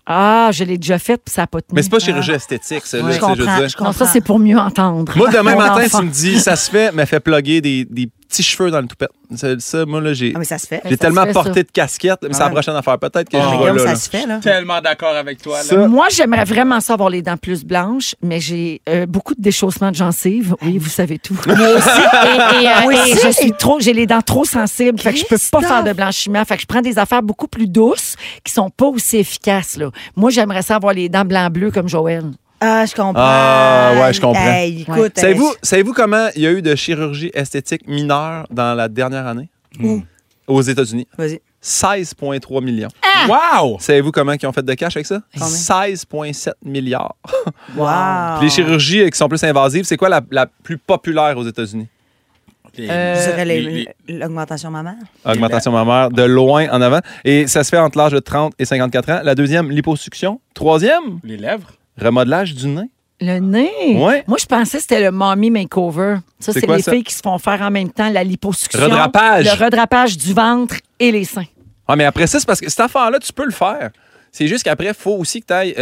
S3: Ah, je l'ai déjà faite, puis ça a pas tenu. Ah.
S8: Mais c'est pas chirurgie esthétique, ça. là,
S9: Je
S8: tu sais, je veux
S9: comprends,
S8: dire.
S9: je
S3: Non,
S9: comprends.
S3: ça, c'est pour mieux entendre.
S8: Moi, demain
S3: Mon
S8: matin,
S3: enfant.
S8: tu me dis, ça se fait, mais fait plugger des, des petits cheveux dans le toupette. Ça, ça, moi, là, j'ai
S9: Ah, mais ça se fait.
S8: j'ai
S3: ça se
S8: tellement
S3: fait,
S8: porté
S3: ça.
S8: de casquette, mais c'est la
S9: Ouais.
S8: prochaine affaire. Peut-être que
S10: Ah,
S8: je
S9: Mais
S8: vois
S9: comme
S8: là.
S9: ça
S8: là.
S9: se fait, là.
S10: Tellement d'accord avec toi. Là.
S8: Ça,
S3: Moi, j'aimerais vraiment ça avoir les dents plus blanches, mais j'ai euh, beaucoup de déchaussement de gencives. Oui, vous savez tout. Moi aussi. Et, et, euh, et je suis trop, j'ai les dents trop sensibles. Fait que je peux pas
S9: Christophe.
S3: faire de blanchiment. Fait que je prends des affaires beaucoup plus douces qui sont pas aussi efficaces, là. Moi, j'aimerais ça avoir les dents blanc-bleu comme Joël.
S9: Ah, je comprends.
S8: Ah, ouais, je comprends.
S9: Hey, écoute,
S3: Ouais.
S9: hey,
S8: savez-vous savez-vous comment il y a eu de chirurgie esthétique mineure dans la dernière année?
S10: Hmm.
S9: Où?
S8: Aux États-Unis.
S9: Vas-y. Ah!
S8: 16,3 millions.
S10: Wow!
S8: Savez-vous comment ils ont fait de cash avec ça?
S9: Combien? Ah.
S8: 16,7 milliards.
S9: Wow.
S8: Les chirurgies euh, qui sont plus invasives, c'est quoi la, la plus populaire aux États-Unis?
S10: Les-
S9: Euh,
S3: Euh,
S9: Je dirais les-
S10: les- les-
S9: l'augmentation mammaire.
S8: Augmentation mammaire de loin en avant. Et ça se fait entre l'âge de 30 et 54 ans. La deuxième, liposuction. Troisième,
S10: les lèvres.
S8: remodelage du nez.
S3: Le nez.
S8: Ouais.
S3: Moi, je pensais que c'était le mommy makeover. Ça,
S8: C'est
S3: c'est
S8: quoi,
S3: les
S8: ça?
S3: filles qui se font faire en même temps la liposuction.
S8: Redrapage.
S3: Le redrapage du ventre et les seins.
S8: Ah, mais après ça, c'est parce que cette affaire-là, tu peux le faire. C'est juste qu'après, il faut aussi que tu ailles.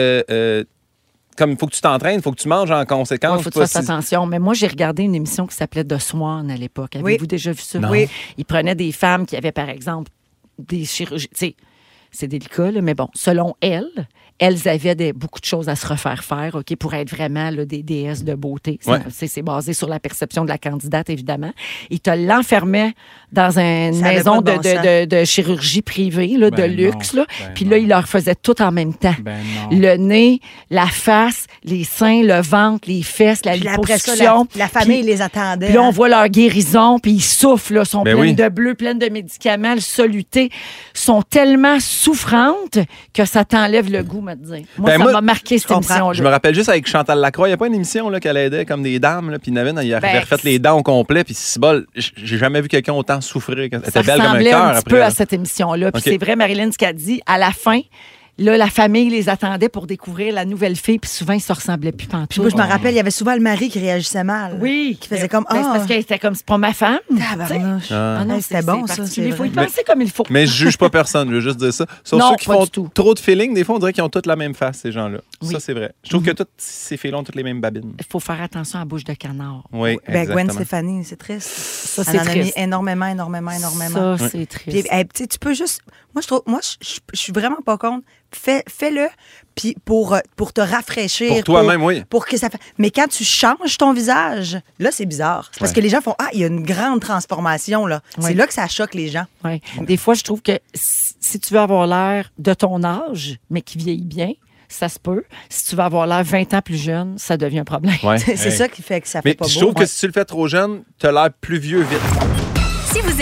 S8: comme il faut que tu t'entraînes, il faut que tu manges en
S3: Il
S8: conséquence.
S3: faut que tu
S8: Pas
S3: fasses
S8: si-
S3: attention. Mais moi, j'ai regardé une émission qui s'appelait The Swan à l'époque. Avez-vous déjà vu ça?
S8: Non. Oui.
S3: Ils prenaient des femmes qui avaient, par exemple, des chirurgies. Tu sais, c'est délicat, là, mais bon, selon elles, elles avaient des- beaucoup de choses à se refaire faire, OK, pour être vraiment là, des déesses de beauté. Ça,
S8: Ouais.
S3: C'est c'est basé sur la perception de la candidate, évidemment. Ils te l'enfermaient dans une
S9: Ça avait
S3: maison de,
S9: pas de bon
S3: de- de- de chirurgie privée, là,
S10: Ben
S3: de luxe,
S10: non,
S3: là.
S10: ben
S3: puis là,
S10: non.
S3: ils leur faisaient tout en même temps
S10: Ben non.
S3: le nez, la face, les seins, le ventre, les fesses, la
S9: Puis après ça, la,
S3: liposuction.
S9: la famille
S3: Puis-
S9: les attendait.
S3: Puis là, on
S9: hein.
S3: voit leur guérison, puis ils souffrent, là, sont
S8: Ben
S3: pleines
S8: oui.
S3: de bleu, pleines de médicaments, le soluté. sont tellement souffrantes que ça t'enlève le goût, me dire. Moi,
S8: Ben
S3: ça
S8: moi,
S3: m'a marqué cette
S9: comprends.
S8: Je me
S3: émission-là.
S8: rappelle juste avec Chantal Lacroix, il n'y a pas une émission là, qu'elle aidait comme des dames, là, puis Navin, il avait
S3: Ben,
S8: refait les dents au complet, puis si bol, j- j'ai jamais vu quelqu'un autant souffrir. Elle
S3: Ça
S8: était belle comme un
S3: ressemblait
S8: cœur
S3: un
S8: après.
S3: petit
S8: hein.
S3: peu
S8: là.
S3: à cette émission-là. Puis
S8: OK.
S3: c'est vrai, Marilyn, ce qu'elle dit, à la fin, là, la famille les attendait pour découvrir la nouvelle fille, puis souvent, ils se ressemblaient plus
S9: Puis
S3: pantoute.
S9: moi, je me
S8: Oh.
S9: rappelle, il y avait souvent le mari qui réagissait mal.
S3: Oui.
S9: Qui faisait comme,
S3: Ben, c'est
S9: ah.
S3: parce qu'elle était comme, c'est pas ma femme.
S9: Tabarnouche.
S8: Ah.
S3: Ah non,
S9: Hey,
S3: c'est-
S9: c'était bon,
S3: c'est
S9: ça,
S3: particulier.
S9: c'est
S3: faut y
S8: vrai.
S3: penser comme il faut.
S8: Mais je juge pas personne, je veux juste dire ça. Sauf
S3: Non,
S8: ceux qui
S3: pas
S8: font
S3: du tout.
S8: trop de feeling, des fois, on dirait qu'ils ont toutes la même face, ces gens-là.
S3: Oui. Mhm.
S8: Ça, c'est vrai. Je trouve que tous ces filles ont toutes les mêmes babines.
S3: Il faut faire attention à la bouche de canard.
S8: Oui,
S9: Ben, Gwen
S8: exactement.
S9: Stéphanie, c'est triste.
S3: Ça,
S9: Elle en a mis énormément, énormément, énormément.
S3: Ça,
S8: Oui.
S3: c'est
S9: Puis,
S3: triste.
S9: hey, tu sais, tu peux juste. Moi, je trouve. Moi, je- je je suis vraiment pas contre. Fais- Fais-le. Puis pour, euh, pour te rafraîchir.
S8: Pour toi-même, oui.
S9: Pour que ça fa- Mais quand tu changes ton visage, là, c'est bizarre. C'est Parce que les gens font Ah, il y a une grande transformation, là.
S3: Ouais.
S9: C'est là que ça choque les gens.
S3: Ouais. Des fois, je trouve que si si tu veux avoir l'air de ton âge, mais qui vieillit bien, ça se peut. Si tu veux avoir l'air 20 ans plus jeune, ça devient un problème.
S8: Ouais.
S9: c'est c'est ça qui fait que ça fait
S8: Mais
S9: pas
S8: je
S9: beau.
S8: trouve que si tu le fais trop jeune, t'as l'air plus vieux vite.
S1: Si vous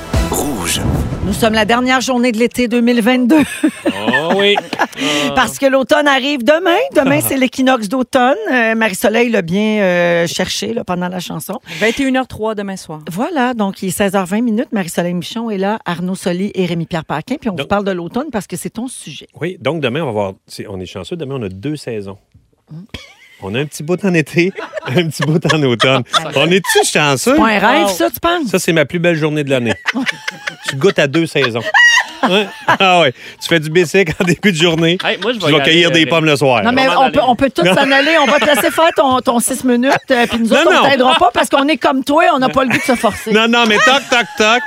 S11: Rouge. Rouge.
S3: Nous sommes la dernière journée de l'été 2022
S8: Ah.
S4: Oh oui.
S3: parce que l'automne arrive demain. Demain, c'est l'équinoxe d'automne. Euh, Marie-Soleil l'a bien euh, cherché là, pendant la chanson.
S12: 21h03 demain soir.
S3: Voilà, donc il est 16h20 minutes. Marie-Soleil Michon est là, Arnaud Soli et Rémi-Pierre Paquin. Puis on
S11: Donc-
S3: vous parle de l'automne parce que c'est ton sujet.
S11: Oui, donc demain, on va voir. c'est- On est chanceux. Demain, on a deux saisons. On a un petit bout en été, un petit bout en automne. On est-tu chanceux?
S3: Pas un rêve, ça, tu penses?
S11: Ça, c'est ma plus belle journée de l'année. tu goûtes à deux saisons. Hein? Ah ouais. Tu fais du bicycle en début de journée.
S4: Hey, moi, je
S11: tu vas
S4: y
S11: cueillir des
S4: aller, euh,
S11: pommes le soir.
S3: Non, mais
S4: Roman
S3: on peut,
S4: Allen.
S3: on peut tous s'en aller. On va te laisser faire ton, ton six minutes. euh, puis nous autres,
S11: Non,
S3: on
S11: non.
S3: t'aidera pas parce qu'on est comme toi. On n'a pas le goût de se forcer.
S11: Non, non, mais toc, toc, toc.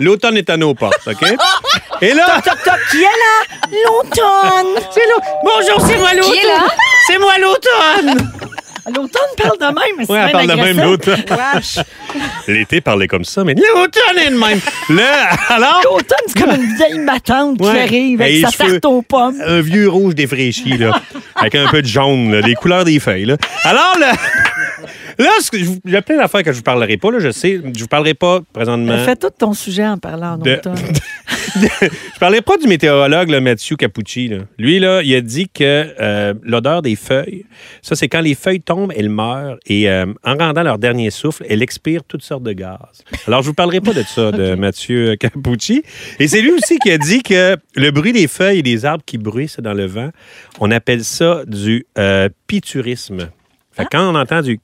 S11: L'automne est à nos portes, OK? Et là,
S3: Toc, toc, qui est là? L'automne! C'est l'automne! Bonjour, c'est moi l'automne!
S2: Qui est là?
S3: C'est moi l'automne! L'automne parle de même, mais c'est
S11: Oui, elle
S3: bien Ah,
S11: parle de
S3: agressif.
S11: même l'automne. L'été parlait comme ça, mais l'automne est de même. Là, alors,
S3: L'automne, c'est comme une vieille matante qui
S11: Ouais.
S3: arrive
S11: Et
S3: avec sa
S11: les cheveux.
S3: tarte aux pommes.
S11: un vieux rouge défraîchi, là, avec un peu de jaune, là, les couleurs des feuilles. Là. Alors, là, là ce que je vous- il y a plein d'affaires que je vous parlerai pas, là, je sais. Je vous parlerai pas présentement.
S3: Fais tout ton sujet en parlant en
S11: De-
S3: automne.
S11: Je parlais pas du météorologue, là, Mathieu Capucci. là. Lui, là, il a dit que euh, l'odeur des feuilles, ça, c'est quand les feuilles tombent, elles meurent. Et euh, en rendant leur dernier souffle, elles expirent toutes sortes de gaz. Alors, je vous parlerai pas de ça, de Mathieu Capucci. Et c'est lui aussi qui a dit que le bruit des feuilles et des arbres qui bruissent dans le vent, on appelle ça du euh, piturisme. Fait
S3: Ah.
S11: que quand on entend du...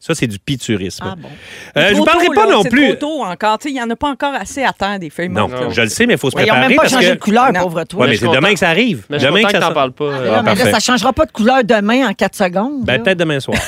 S11: Ça, c'est du piturisme.
S3: Ah bon?
S11: Euh, je vous parlerai pas non plus...
S12: C'est trop tôt encore. Tu sais, Il n'y en a pas encore assez à temps des feuilles
S11: Non,
S12: mortes. là.
S11: je le sais, mais il faut se
S3: Ouais, ils
S11: préparer
S3: n'ont même pas
S11: parce
S3: changé
S11: que...
S3: de couleur,
S12: Non.
S3: pauvre toi.
S11: Ouais, mais
S4: je
S11: c'est
S4: suis
S11: demain
S4: content.
S11: que ça arrive.
S4: Mais je suis
S11: demain
S4: content
S11: que
S4: que
S11: ça
S4: t'en
S11: sort.
S4: parles pas. euh,
S3: Là, mais là,
S11: Ah, parfait.
S3: ça ne changera pas de couleur demain en 4 secondes.
S11: Ben,
S3: là.
S11: peut-être demain soir.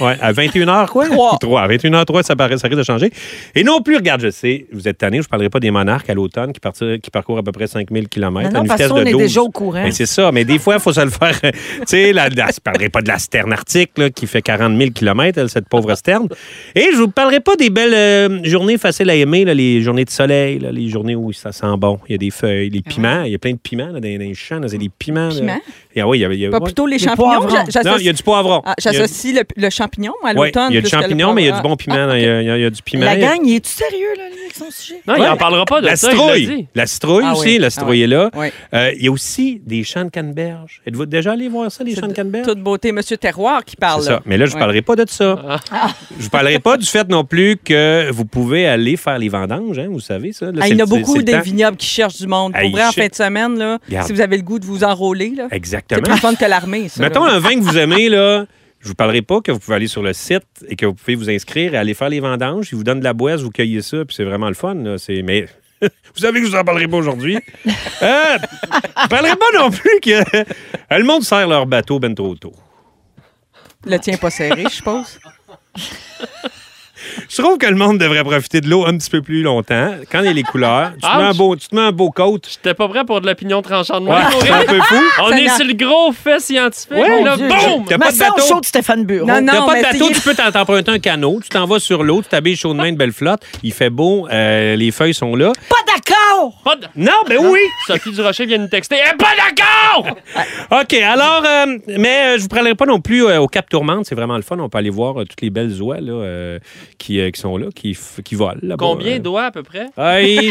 S11: ouais, à 21h, quoi?
S12: Trois.
S11: 3. À 21h03, ça, paraît, ça risque de changer. Et non plus, regarde, je sais, vous êtes tannés, je ne parlerai pas des monarques à l'automne qui, partir- qui parcourent à peu près 5000 km
S3: Non, non,
S11: à une
S3: parce
S11: vitesse
S3: qu'on
S11: de
S3: est
S11: 12.
S3: déjà au courant.
S11: Ben, c'est ça, mais des fois, il faut se le faire. euh, tu sais, la, la- je ne parlerai pas de la sterne arctique là, qui fait 40 000 km, elle, cette pauvre sterne. Et je ne vous parlerai pas des belles euh, journées faciles à aimer, là, les journées de soleil, là, les journées où ça sent bon. Il y a des feuilles,
S3: Ah
S11: les piments, il y a plein de piments là, dans, dans les champs, là, c'est des piments. là.
S12: Piments?
S11: Et, ah oui, il y a, il y a-
S12: Pas
S11: ouais.
S12: plutôt les
S3: Les
S12: champignons.
S3: poivrons.
S12: j'a- j'associe-
S11: Non, il y a du poivron.
S12: Ah,
S11: Il y a-
S12: J'associe le, le champignon à
S11: Ouais,
S12: l'automne.
S11: il y a du
S12: plus que le
S11: champignon, mais il y a du
S12: poivron. Ah,
S11: bon piment. là, il, y a, il y a- il y a du piment.
S3: La gang, il est-tu sérieux, là, lui, avec son sujet?
S4: Non, il en parlera pas de
S11: La
S4: ça, il l'a dit.
S11: citrouille. La citrouille
S12: Ah
S11: aussi.
S12: oui, ah
S11: La citrouille est là.
S12: Oui.
S11: Euh, il y a aussi des champs de canneberge. Êtes-vous déjà allé voir ça, les
S12: C'est
S11: champs de canneberge?
S12: Toute beauté, Monsieur Terroir qui parle.
S11: C'est ça. Mais là, je ne
S12: Ouais. Ah.
S11: parlerai pas de
S4: Ah.
S11: ça. Je ne parlerai pas du fait non plus que vous pouvez aller faire les vendanges. hein, vous savez ça. là,
S12: Ah, il
S11: c'est
S12: y en a
S11: le- c'est- c'est
S12: beaucoup
S11: le
S12: des
S11: temps.
S12: vignobles qui cherchent du monde.
S11: Hey,
S12: Pour vrai, en
S11: je-
S12: fin de semaine, là,
S11: Regarde.
S12: si vous avez le goût de vous enrôler, là, c'est
S11: Exactement.
S12: plus fun que l'armée. ça, là.
S11: Mettons un vin que vous aimez, là. Je vous parlerai pas que vous pouvez aller sur le site et que vous pouvez vous inscrire et aller faire les vendanges. Ils vous donnent de la boisse, vous cueillez ça, puis c'est vraiment le fun. Là. C'est... Mais vous savez que je vous en parlerai pas aujourd'hui. Euh, je parlerai pas non plus que euh, le monde sert leur bateau ben trop tôt.
S12: Le tien pas serré, je suppose.
S11: Je trouve que le monde devrait profiter de l'eau un petit peu plus longtemps. Quand il y a les couleurs, tu, te mets, un
S4: Ouch.
S11: beau, tu te mets un beau coat.
S4: J'étais pas prêt pour de l'opinion tranchante. de
S11: Ouais,
S4: moi,
S11: c'est un peu
S3: Ah,
S11: fou.
S4: On est sur le gros fait scientifique.
S11: Ouais,
S4: là,
S11: Dieu,
S4: boum!
S11: T'as
S3: Mais
S11: pas de
S3: ça, au
S11: bateau.
S3: show de Stéphane Bureau.
S12: Non, non.
S11: T'as pas de
S12: mais
S11: bateau,
S12: essayez-
S11: tu peux t'en- t'emprunter un canot, tu t'en vas sur l'eau, tu t'habilles chaud de main, une belle flotte, il fait beau, euh, les feuilles sont là.
S3: Pas d'accord!
S4: Pas
S13: Ah,
S4: de-
S11: Non, ben oui!
S4: Sophie Durocher vient de nous texter. Eh, pas d'accord!
S11: OK, alors, euh, mais euh, je vous parlerai pas non plus euh, au Cap Tourmente, c'est vraiment le fun, on peut aller voir euh, toutes les belles oies là, euh, qui, euh, qui sont là, qui, f- qui volent. là-bas,
S4: Combien
S11: euh.
S4: doigts à peu près?
S11: Aïe,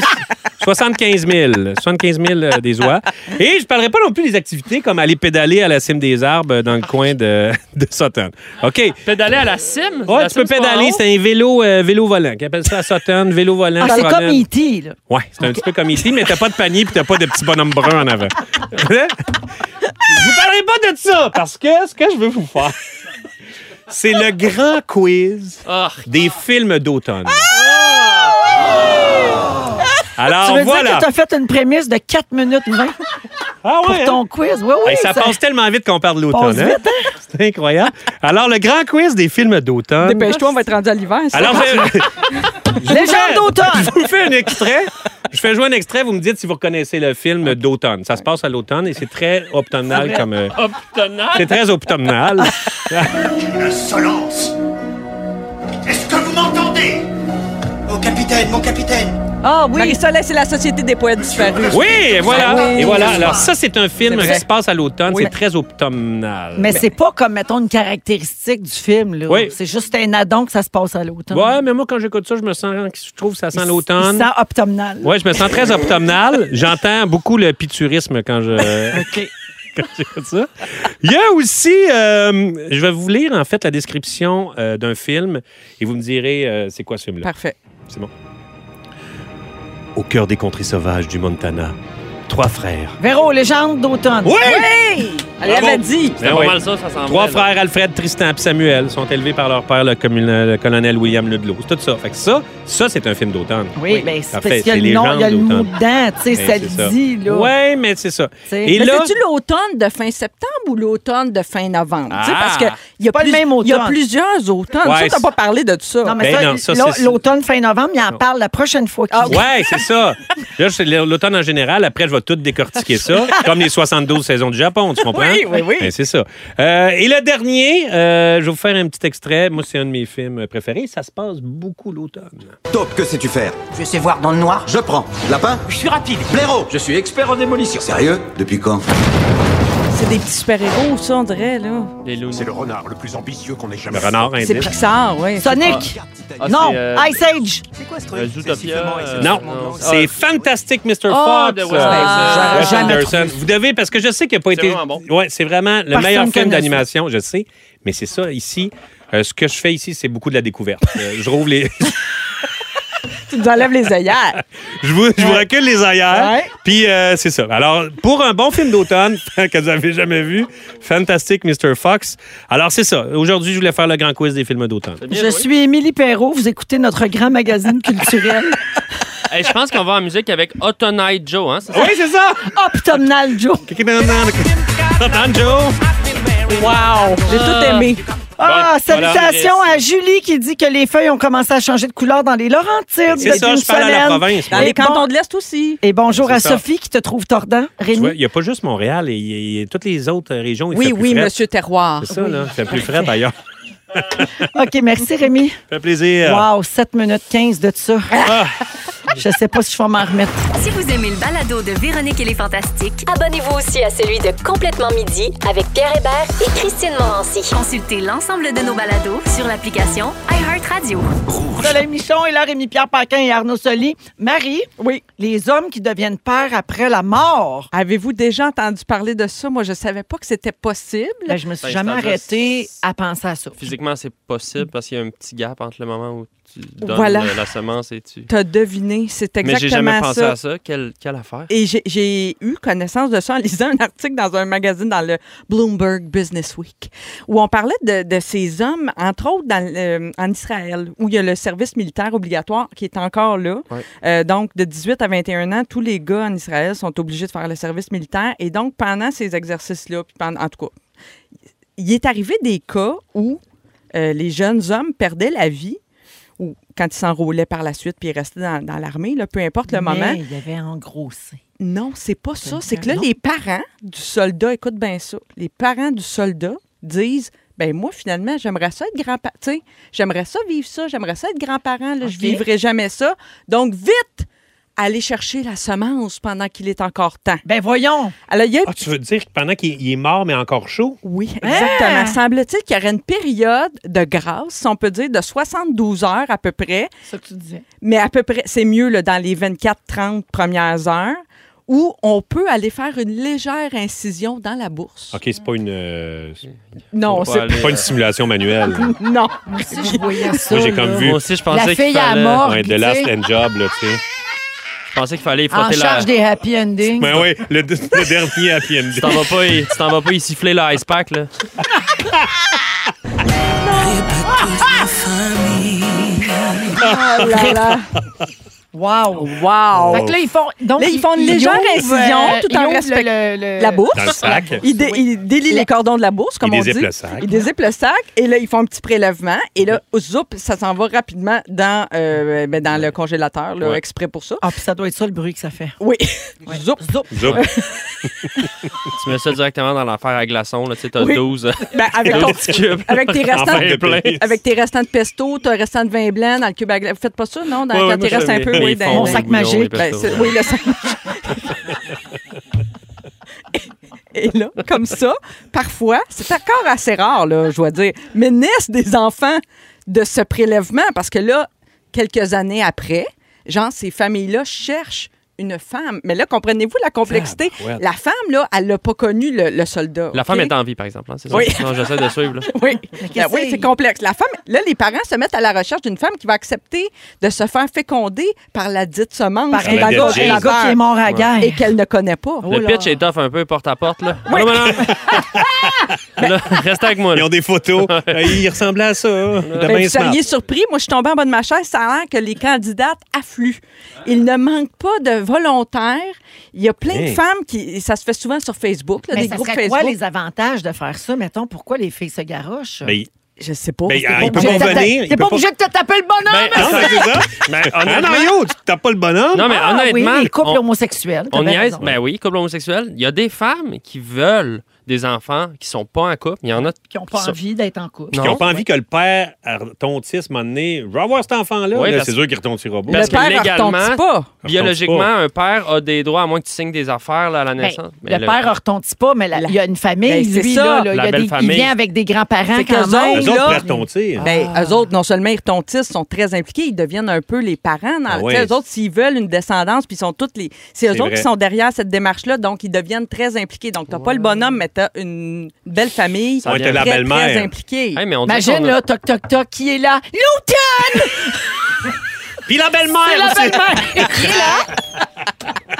S11: 75 000. 75 000 euh, des oies. Et je parlerai pas non plus des activités comme aller pédaler à la cime des arbres euh, dans le coin de, de Sutton. OK.
S4: Pédaler à la cime?
S11: Ouais,
S4: La
S11: tu
S4: cime,
S11: peux
S4: c'est pas en
S11: pédaler,
S4: haut?
S11: c'est un vélo, euh, vélo volant. Qui appelle ça à Sutton, vélo volant.
S3: Ah, c'est
S11: promenade.
S3: comme E.T., là.
S11: Ouais, c'est un petit peu comme ici, mais t'as pas de panier puis t'as pas de petit bonhomme brun en avant. Hein? je vous parlerai pas de ça parce que ce que je veux vous faire, c'est le grand quiz
S4: Ah,
S11: des films d'automne.
S3: Ah!
S11: Ah, Alors
S3: tu veux
S11: voilà.
S3: dire que t'as fait une prémisse de 4 minutes 20
S11: Ah
S3: pour
S11: hein?
S3: ton quiz? Oui, oui.
S11: Hey, ça, passe tellement vite qu'on parle de l'automne.
S3: passe
S11: hein? C'est incroyable. Alors, le grand quiz des films d'automne.
S12: Dépêche-toi, on va être rendu à l'hiver. ça.
S11: Alors, je,
S3: Légende d'automne!
S11: je vous fais un extrait. Je fais jouer un extrait. Vous me dites si vous reconnaissez le film d'automne. Ça se passe à l'automne et c'est très automnal comme. euh,
S4: obtenable.
S11: c'est très automnal.
S14: Insolence Est-ce que vous m'entendez
S11: Mon capitaine, mon capitaine,
S12: Ah oui, ça, là, c'est la Société des poètes disparus.
S11: Oui, et voilà. Et voilà. Alors, ça, c'est un film
S3: C'est vrai.
S11: qui se passe à l'automne.
S3: Oui.
S11: C'est très automnal.
S3: Mais c'est pas comme, mettons, une caractéristique du film. là.
S11: Oui.
S3: C'est juste un addon que ça se passe à l'automne.
S11: Ouais, mais moi, quand j'écoute ça, je me sens, je trouve que ça sent l'automne.
S3: Il sent automnal.
S11: Oui, je me sens très automnal. J'entends beaucoup le piturisme quand je. quand j'écoute ça. Il y a aussi, euh, je vais vous lire en fait la description euh, d'un film et vous me direz euh, c'est quoi ce film-là.
S12: Parfait.
S11: C'est bon. Au cœur des contrées sauvages du Montana, trois frères.
S3: Véro, légende d'automne.
S11: Oui!
S3: Elle l'avait dit.
S11: Ben oui. Trois frères, Alfred, Tristan et Samuel, sont élevés par leur père, le, commun- le colonel William Ludlow. C'est tout ça. Fait que ça, ça c'est un film d'automne.
S3: Oui, ben, c'est
S11: Parfait,
S3: parce qu'il y a
S11: c'est
S3: le nom, il y a le
S11: légende
S3: mot
S11: d'automne.
S3: dedans, tu sais,
S11: Ben,
S3: ça
S11: c'est ça.
S3: le dit, là.
S11: Ouais, mais c'est ça.
S3: sais.
S11: Et
S12: mais
S11: là,
S12: c'est-tu l'automne de fin septembre ou l'automne de fin novembre? Tu sais,
S11: Ah!
S12: parce que il y a
S3: Pas le
S12: plus-
S3: même automne.
S12: Il y a plusieurs automnes.
S11: Ouais,
S12: ça, t'as
S11: c'est-
S12: pas parlé de ça.
S3: Non, mais
S11: Ben
S3: ça,
S11: non, ça,
S3: là,
S11: c'est-
S3: l'automne fin novembre, il en parle la prochaine fois qu'il vient.
S11: ouais, c'est ça. Là, c'est l'automne en général. Après, je vais tout décortiquer ça, comme les 72 saisons du Japon, tu comprends?
S3: Oui, oui, oui.
S11: Ben, c'est ça. Euh, et le dernier, euh, je vais vous faire un petit extrait. Moi, c'est un de mes films préférés. Ça se passe beaucoup l'automne.
S14: Taupe, que sais-tu faire
S7: Je sais voir dans le noir.
S14: Je prends. Lapin
S7: Je suis rapide.
S14: Blaireau
S7: Je suis expert en démolition.
S14: Sérieux Depuis quand
S12: C'est des petits super-héros, ça, on dirait, là.
S15: C'est le renard le plus ambitieux qu'on ait jamais
S11: Le renard
S12: C'est
S11: indice.
S12: Pixar, oui.
S3: Sonic!
S11: Ah,
S3: non,
S11: c'est, euh,
S3: Ice Age!
S7: C'est quoi ce
S11: Euh, Zootopia, euh, non, c'est Fantastic Mr.
S12: Oh,
S11: Fox.
S12: de Wes Ah,
S11: Wes
S12: j'aurais jamais
S11: Anderson. Vous devez, parce que je sais qu'il n'a pas
S8: C'est
S11: été.
S8: vraiment bon.
S11: Ouais, c'est vraiment le
S8: Personne
S11: meilleur film
S8: connaît
S11: d'animation, je sais. Mais c'est ça, ici. euh, ce que je fais ici, c'est beaucoup de la découverte. Euh, je rouvre les.
S12: Tu nous enlèves les œillères.
S11: je, vous, je vous recule les ailleurs.
S12: Ouais.
S11: Puis euh, c'est ça. Alors, pour un bon film d'automne que vous n'avez jamais vu, Fantastic Mr. Fox. Alors, c'est ça. Aujourd'hui, je voulais faire le grand quiz des films d'automne.
S3: Je suis Émilie Perrault, vous écoutez notre grand magazine culturel
S13: Hey, je pense qu'on va en musique avec Autumn Night Joe, hein? c'est ça?
S11: Oui, c'est ça!
S3: Optomnal Joe.
S11: Automnal Joe!
S12: Wow! J'ai tout aimé.
S3: Ah,
S11: Bon,
S3: salutations
S11: voilà.
S3: à Julie qui dit que les feuilles ont commencé à changer de couleur dans les Laurentides.
S11: C'est
S3: depuis
S11: ça,
S3: une
S11: je parle à la
S3: semaine.
S11: province, moi.
S3: Et
S11: Dans les
S3: bon-
S12: cantons de l'Est aussi.
S3: Et bonjour
S11: C'est
S3: à
S11: ça.
S3: Sophie qui te trouve tordant.
S11: Tu
S3: Rémi?
S11: vois, il n'y a pas juste Montréal, il y a- il y a toutes les autres régions. il fait
S12: Oui,
S11: plus
S12: oui,
S11: frais.
S12: monsieur
S3: Ah,
S12: Terroir.
S11: C'est ça,
S12: Oui.
S11: là. Il fait plus frais ben. d'ailleurs.
S3: OK, merci Rémi.
S11: Ça fait plaisir.
S3: Wow, 7 minutes 15 de ça. Je sais pas si je vais m'en remettre.
S2: Si vous aimez le balado de Véronique et les Fantastiques, abonnez-vous aussi à celui de Complètement Midi avec Pierre Hébert et Christine Morancy. Consultez l'ensemble de nos balados sur l'application iHeartRadio.
S3: Soleil Michon et là, Rémi-Pierre Paquin et Arnaud Soli. Marie, oui. les hommes qui deviennent pères après la mort.
S12: Avez-vous déjà entendu parler de ça? Moi, je savais pas que c'était possible.
S3: Ben, je me suis
S13: Ben,
S3: jamais
S13: c'est-à-dire-
S3: arrêtée à penser à ça.
S13: Physiquement, c'est possible parce qu'il y a un petit gap entre le moment où tu donnes
S12: Voilà.
S13: euh, la semence et tu.
S12: T'as deviné, c'est exactement
S13: Mais j'ai jamais pensé
S12: ça.
S13: à ça. Quelle, quelle affaire?
S12: Et j'ai- j'ai eu connaissance de ça en lisant un article dans un magazine dans le Bloomberg Business Week, où on parlait de, de ces hommes, entre autres dans le- euh, en Israël, où il y a le service militaire obligatoire qui est encore là.
S13: Ouais.
S12: Euh, donc, de 18 à 21 ans, tous les gars en Israël sont obligés de faire le service militaire. Et donc, pendant ces exercices-là, puis pendant- en tout cas, il est arrivé des cas où euh, les jeunes hommes perdaient la vie ou quand ils s'enrôlaient par la suite puis ils restaient dans, dans l'armée, là, peu importe le
S3: Mais
S12: moment.
S3: Il avait engrossé.
S12: Non, c'est pas ça. C'est que là,
S3: bien, non.
S12: les parents du soldat, écoute bien ça, les parents du soldat disent ben moi, finalement, j'aimerais ça être grand-parent. Tu sais, j'aimerais ça vivre ça, j'aimerais ça être grand-parent, là, je
S3: OK.
S12: vivrai jamais ça. Donc, vite, allez chercher la semence pendant qu'il est encore temps.
S3: Ben voyons.
S12: Alors, il y a
S11: Ah, tu veux dire que pendant qu'il il est mort, mais encore chaud?
S12: oui, exactement. Semble-t-il qu'il y aurait une période de grâce, si on peut dire, de 72 heures à peu près,
S3: C'est ça que tu disais.
S12: mais à peu près, c'est mieux là, dans les 24-30 premières heures, où on peut aller faire une légère incision dans la bourse.
S11: OK, c'est pas une. euh, c'est
S12: Non, c'est Ah,
S11: pas une simulation manuelle.
S12: non.
S3: je voyais ça.
S11: Moi, j'ai comme
S3: là.
S11: vu.
S13: Moi aussi, je pensais La qu'il fille à fallait-
S3: mort,
S11: Ouais, The
S3: tu
S11: Last
S3: sais.
S11: End Job, là, tu sais.
S13: Je pensais qu'il fallait
S3: En
S13: frotter la.
S3: charge des happy endings.
S11: Ben oui, le, le dernier Happy
S13: Tu t'en
S11: Ending.
S13: vas pas, y- tu t'en vas pas y siffler le ice pack, là.
S12: Oh là là.
S3: Wow.
S12: Wow.
S11: Fait que là,
S3: ils euh, font,
S12: Là, ils font une légère incision tout en respectant la bourse.
S11: Dans le sac.
S12: Ils, dé- ils délient les cordons de la bourse, comme on
S11: Ils
S12: dit.
S11: dézippent le sac.
S12: Ils dézippent le sac. Et là, ils font un petit prélèvement. Et là, zoup, ça s'en va rapidement dans, euh, ben, dans le congélateur, là,
S11: Ouais.
S12: exprès pour ça.
S3: Ah, puis ça doit être ça le bruit que ça fait.
S12: Oui. Zoup.
S11: Zoup.
S13: Tu mets ça directement dans l'affaire à glaçons, là. Tu sais, t'as
S12: Oui.
S13: 12.
S12: Ben, avec, ton-
S13: 12 petits cubes.
S12: avec tes restants
S13: Enfin,
S12: de-
S13: plein.
S12: avec tes restants de pesto, tes restants de vin blanc dans le cube à glace. Vous faites pas ça, non? Dans,
S13: Ouais, ouais,
S12: quand
S13: moi,
S12: il reste un
S13: j'aime
S12: peu
S13: bien.
S12: oui,
S13: les
S12: dans-
S13: fonds,
S12: Mon
S13: les
S12: sac
S13: boulots,
S12: magique.
S13: les
S12: Ben,
S13: pestos,
S12: c'est-
S13: ouais.
S12: oui, le sac magique. Et là, comme ça, parfois, c'est encore assez rare, là, je dois dire, mais naissent des enfants de ce prélèvement parce que là, quelques années après, genre, ces familles-là cherchent une femme. Mais là, comprenez-vous la complexité?
S13: Tabarouette.
S12: La femme, là, elle n'a pas connu le, le soldat.
S13: Ah, ben, La femme
S12: ok?
S13: est en vie, par exemple. hein, c'est ça?
S12: Oui.
S13: Non, j'essaie de suivre. là.
S12: Oui, Ben oui c'est complexe. La femme, là, les parents se mettent à la recherche d'une femme qui va accepter de se faire féconder par la dite semence.
S3: Par un
S12: d'un
S13: gars- un
S12: d'un
S13: gars qui est mort à
S12: Ouais.
S13: guerre. Oh
S12: Et qu'elle ne connaît pas.
S13: le pitch est tough un peu porte à porte. Là. Non, non, non. Là, restez avec moi. Ils
S11: ont des photos. Ils ressemblaient Ben, à ça. hein.
S12: Ben, vous seriez surpris. Moi, je suis tombée en bas de ma chaise. Ça a l'air que les candidates affluent. Il ne manque pas de volontaires. Il y a plein de
S3: Hey.
S12: femmes qui. Ça se fait souvent sur Facebook, là,
S3: Mais
S12: des
S3: ça
S12: groupes
S3: serait
S12: Facebook.
S3: quoi les avantages de faire ça? Mettons, pourquoi les filles se garochent?
S11: Ben,
S12: je sais pas.
S11: Ben,
S3: T'es pas
S11: il peut
S3: obligé
S11: pas
S3: de
S11: venir,
S3: t'a-
S11: il
S3: T'es
S11: peut
S3: pas
S11: pas-
S3: obligé de te taper le bonhomme!
S11: Ben, non, c'est ça. Mais honnêtement- Ah non, yo, tu tapes pas le bonhomme.
S13: Non, mais
S3: Ah
S13: honnêtement,
S3: oui, couple
S13: on-
S3: homosexuel. t'as
S13: On
S3: bien
S13: niaise,
S3: raison.
S13: ben oui, couple homosexuel. Il y a des femmes qui veulent des enfants qui sont pas en couple. Il y en a
S3: Qui n'ont pas
S13: sont-
S3: envie d'être en couple.
S11: Puis qui n'ont pas envie que le père retentisse, un moment donné, je veux avoir cet enfant-là.
S13: Oui,
S11: Là,
S13: parce-
S11: c'est sûr qu'il retontirera pas.
S13: Parce que légalement,
S11: Il
S13: biologiquement,
S11: retombe
S13: un père a des droits à moins que tu signes des affaires là, à la
S3: Ben,
S13: naissance. Mais
S3: le, père ne retontit pas, mais la- il y a une famille,
S12: Ben, c'est
S3: lui,
S12: ça.
S3: là, là,
S13: La
S3: il, y a
S13: belle
S3: des- il
S13: famille.
S3: vient avec des grands-parents
S12: C'est qu'eux
S3: quand même. Ah.
S12: autres, là,
S11: retentir.
S12: Ben, eux autres, non seulement ils retentissent, sont très impliqués, ils deviennent un peu les parents. Dans,
S11: Ah oui.
S12: tu sais, Eux autres, s'ils veulent une descendance, puis ils sont toutes les. C'est eux
S11: C'est
S12: autres
S11: vrai.
S12: qui sont derrière cette démarche-là, donc ils deviennent très impliqués. Donc, t'as pas le bonhomme, mais t'as une belle famille.
S11: Ça va être
S12: très,
S11: la
S12: Très
S11: belle-mère.
S12: impliquée.
S13: mais on
S3: Imagine, là, toc, toc, toc, qui est là? L'automne!
S11: Puis la belle-mère
S3: C'est la
S11: aussi.
S3: belle-mère! qui est là?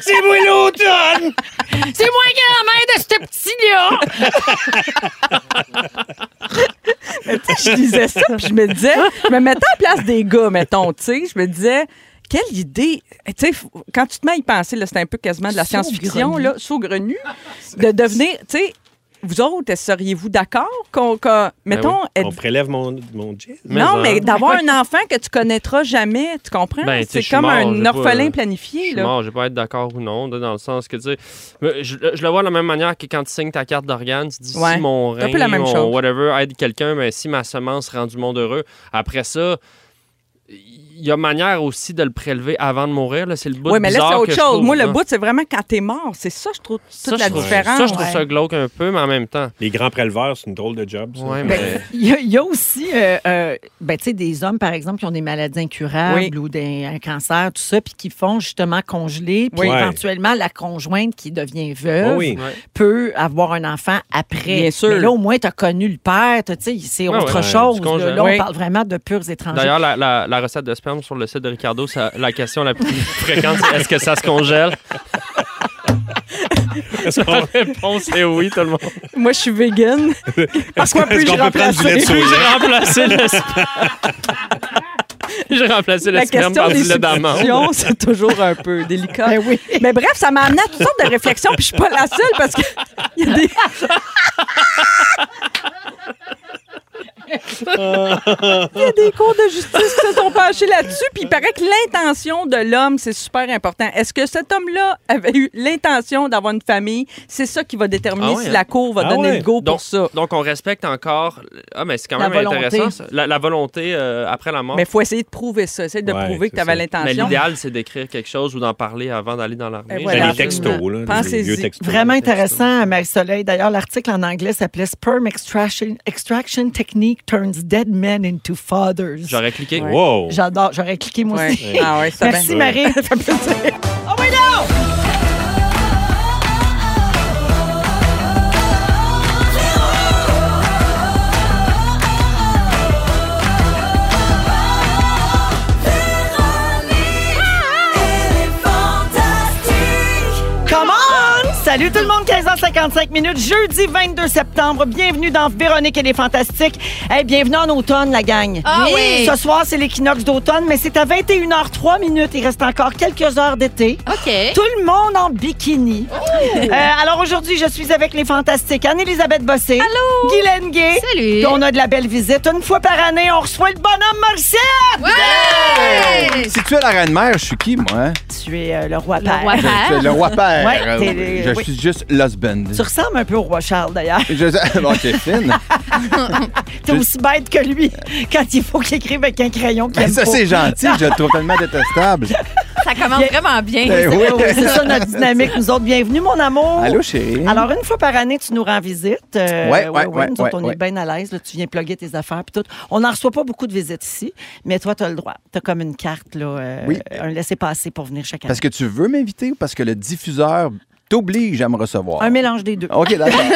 S11: C'est moi l'automne!
S3: C'est moi grand-mère de ce petit-là!
S12: Mais tu sais, je lisais ça, puis je me disais, je me mettais en place des gars, mettons, tu sais, je me disais, quelle idée. Tu sais, f- quand tu te mets à y penser, là, c'est un peu quasiment de la
S3: Saugrenu.
S12: science-fiction, là, saugrenu, de devenir, tu sais, vous autres, est-ce- seriez-vous d'accord qu'on,
S13: Ben
S12: qu'on- mettons,
S11: Ben oui,
S12: êtes-
S11: On prélève mon, mon jean.
S12: non, mais d'avoir un enfant que tu connaîtras jamais, tu comprends?
S13: hein. Ben, tu sais,
S12: c'est
S13: je suis
S12: comme
S13: mort, j'ai
S12: un
S13: pas- euh,
S12: orphelin
S13: Je
S12: planifié,
S13: suis
S12: là.
S13: mort, je vais pas être d'accord ou non, dans le sens que, tu sais, mais je, je le vois de la même manière que quand tu signes ta carte d'organe, tu dis
S12: Ouais,
S13: si mon
S12: c'est un
S13: rein,
S12: peu la même
S13: mon
S12: chose.
S13: whatever, aide quelqu'un, mais si ma semence rend du monde heureux, après ça, il y a manière aussi de le prélever avant de mourir, là, c'est le bout
S12: Oui, mais là,
S13: bizarre
S12: c'est
S13: que
S12: autre
S13: je
S12: chose.
S13: trouve,
S12: Moi, le
S13: là.
S12: bout, c'est vraiment quand t'es mort. C'est ça, je trouve, toute
S13: Ça,
S12: la
S13: je trouve-
S12: différence.
S13: Ça, je trouve ça
S12: Ouais.
S13: glauque un peu, mais en même temps.
S11: Les grands préleveurs, c'est une drôle de job. Ça.
S13: Ouais,
S3: Ben,
S13: mais...
S3: Il y, a- il y a aussi euh, euh, ben, tu sais, des hommes, par exemple, qui ont des maladies incurables
S12: Oui.
S3: ou des, un cancer, tout ça, puis qui font justement congeler. Puis
S12: Oui. Ouais.
S3: éventuellement, la conjointe qui devient veuve
S11: Oui, oui.
S3: peut avoir un enfant après.
S12: Bien sûr.
S3: Mais là, au moins, tu as connu le père, t'as- tu sais, c'est
S13: Ouais,
S3: autre
S13: ouais.
S3: chose.
S13: Du
S3: là.
S13: congé.
S3: Là, on
S12: Oui.
S3: parle vraiment de purs
S12: Ah,
S3: étrangers.
S13: D'ailleurs, la, la- la recette de sperme sur le site de Ricardo, ça- la question la plus fréquente, c'est est-ce que ça se congèle? La réponse est oui, tout le monde.
S12: Moi, je suis vegan. Pourquoi
S11: est-ce
S12: puis-je
S11: qu'on peut prendre du lait de
S12: remplacer?
S11: soja?
S13: J'ai remplacé le sperme. J'ai remplacé le
S12: La
S13: sperme
S12: question
S13: par
S12: des
S13: du lait d'amande.
S12: substitutions, c'est toujours un peu délicat. Mais bref, ça m'a amené à toutes sortes de réflexions, puis je suis pas la seule parce que il y a des... Il y a des cours de justice qui se sont penchés là-dessus, puis il paraît que l'intention de l'homme, c'est super important. Est-ce que cet homme-là avait eu l'intention d'avoir une famille? C'est ça qui va déterminer
S13: Ah ouais,
S12: si
S13: hein?
S12: la cour va
S11: Ah
S12: donner
S11: ouais.
S12: le go pour
S13: Donc,
S12: ça.
S13: donc, on respecte encore. Ah, mais c'est quand
S3: La
S13: même
S3: volonté.
S13: intéressant. ça. La, la volonté euh, après la mort.
S12: Mais il faut essayer de prouver ça, essayer de
S11: Ouais,
S12: prouver que
S11: c'est
S12: tu avais
S11: ça.
S13: Mais
S12: l'intention.
S13: l'idéal, c'est d'écrire quelque chose ou d'en parler avant d'aller dans l'armée.
S12: Et voilà.
S11: Ben, les textos, là, les
S12: Pensez-y.
S11: vieux textos.
S3: Vraiment intéressant, Marie-Soleil. D'ailleurs, l'article en anglais s'appelait Sperm Extraction, Extraction Technique Turns Dead Men into Fathers.
S13: J'aurais cliqué.
S11: Wow!
S3: J'adore. J'aurais cliqué, moi
S12: Ouais.
S3: aussi.
S12: Ah ouais, ça
S3: Merci,
S12: va.
S3: Marie. Oh, Come on! Salut tout le monde, 15h55 minutes, jeudi 22 septembre. Bienvenue dans Véronique et les Fantastiques. Hey, bienvenue en automne, la gang.
S2: Ah oui.
S3: Ce soir, c'est l'équinoxe d'automne, mais c'est à 21h03 minutes. Il reste encore quelques heures d'été.
S2: OK. Oh.
S3: Tout le monde en bikini. Euh, alors aujourd'hui, je suis avec les fantastiques Anne-Élisabeth Bossé. Allô! Guylaine Gay.
S2: Salut.
S3: Puis on a de la belle visite. Une fois par année, on reçoit le bonhomme Marcel.
S2: Ouais!
S16: Si tu es la reine-mère, je suis qui, moi?
S3: Tu es euh, le roi
S2: Le roi
S3: père.
S16: Je suis
S2: père.
S16: le roi père. Euh,
S3: Ouais, t'es- oui.
S16: je
S17: Euh, je suis juste l'husband.
S3: Tu ressembles un peu au roi Charles, d'ailleurs.
S17: Je... euh, Bon, OK, fine.
S3: T'es
S17: Je-
S3: aussi bête que lui quand il faut qu'il écrive avec un crayon qu'il
S17: Ben,
S3: aime
S17: ça,
S3: pas.
S17: c'est gentil. Je le trouve tellement détestable.
S16: Ça commence vraiment bien.
S3: Ben oui, oui, c'est ça notre dynamique. Nous autres, bienvenue, mon amour.
S17: Allô, chérie.
S3: Alors, une fois par année, tu nous rends visite. Euh,
S17: Ouais, ouais, ouais,
S3: nous autres,
S17: ouais,
S3: on
S17: ouais.
S3: est bien à l'aise. là. Tu viens plugger tes affaires puis tout. On n'en reçoit pas beaucoup de visites ici, mais toi, tu as le droit. Tu as comme une carte, là, euh,
S17: Oui.
S3: un laissez-passer pour venir chaque année.
S17: Parce que tu veux m'inviter ou parce que le diffuseur t'oblige à me recevoir?
S3: Un mélange des deux.
S17: OK, d'accord.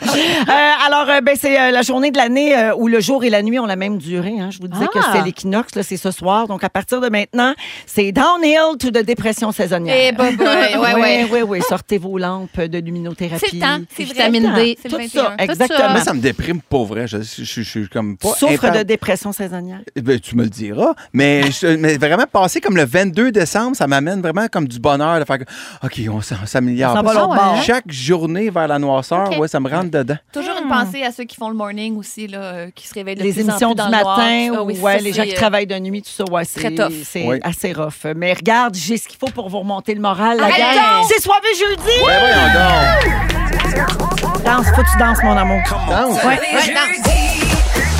S3: Euh, alors, euh, ben, c'est euh, la journée de l'année euh, où le jour et la nuit ont la même durée. hein. Je vous disais que
S16: Ah.
S3: c'est l'équinoxe, là, c'est ce soir. Donc, à partir de maintenant, c'est downhill to the dépression saisonnière.
S16: Eh, boy, boy. Ouais, ouais.
S3: Oui, oui, oui. Sortez vos lampes de luminothérapie.
S16: C'est le temps. C'est vrai.
S3: Vitamine
S16: C'est le
S3: D.
S16: temps. C'est le
S3: Tout
S16: 21.
S3: ça,
S16: Tout ça.
S3: exactement.
S17: Mais ça me déprime pour vrai. Je, je- je- je suis comme pas.
S3: Souffre
S17: impar-
S3: de dépression saisonnière.
S17: Ben, tu me le diras. Mais, je- mais vraiment, passer comme le 22 décembre, ça m'amène vraiment comme du bonheur de faire que, OK, on s'en- s'améliore.
S3: On s'en va l'autre
S17: Parce que
S3: bord. hein?
S17: Chaque journée vers la noirceur,
S16: OK.
S17: ouais, ça me rentre dedans.
S16: Toujours une pensée à ceux qui font le morning aussi, là, euh, qui se réveillent de
S3: Hmm. les
S16: plus en
S3: émissions
S16: plus dans
S3: du
S16: le noir.
S3: matin,
S16: Ah
S3: ou,
S16: oui,
S3: ouais,
S16: ça,
S3: les
S16: c'est,
S3: gens qui
S16: euh,
S3: travaillent de nuit, tout ça, ouais, c'est
S16: très tough.
S3: c'est
S17: Oui.
S3: assez rough. Mais regarde, j'ai ce qu'il faut pour vous remonter le moral, la
S16: Arrête
S3: gang.
S16: donc!
S3: C'est soirée jeudi.
S17: Ouais, Ben voyons donc.
S3: Danse, faut que tu danses, mon amour.
S17: Danse.
S3: Ouais.
S16: Ouais, non.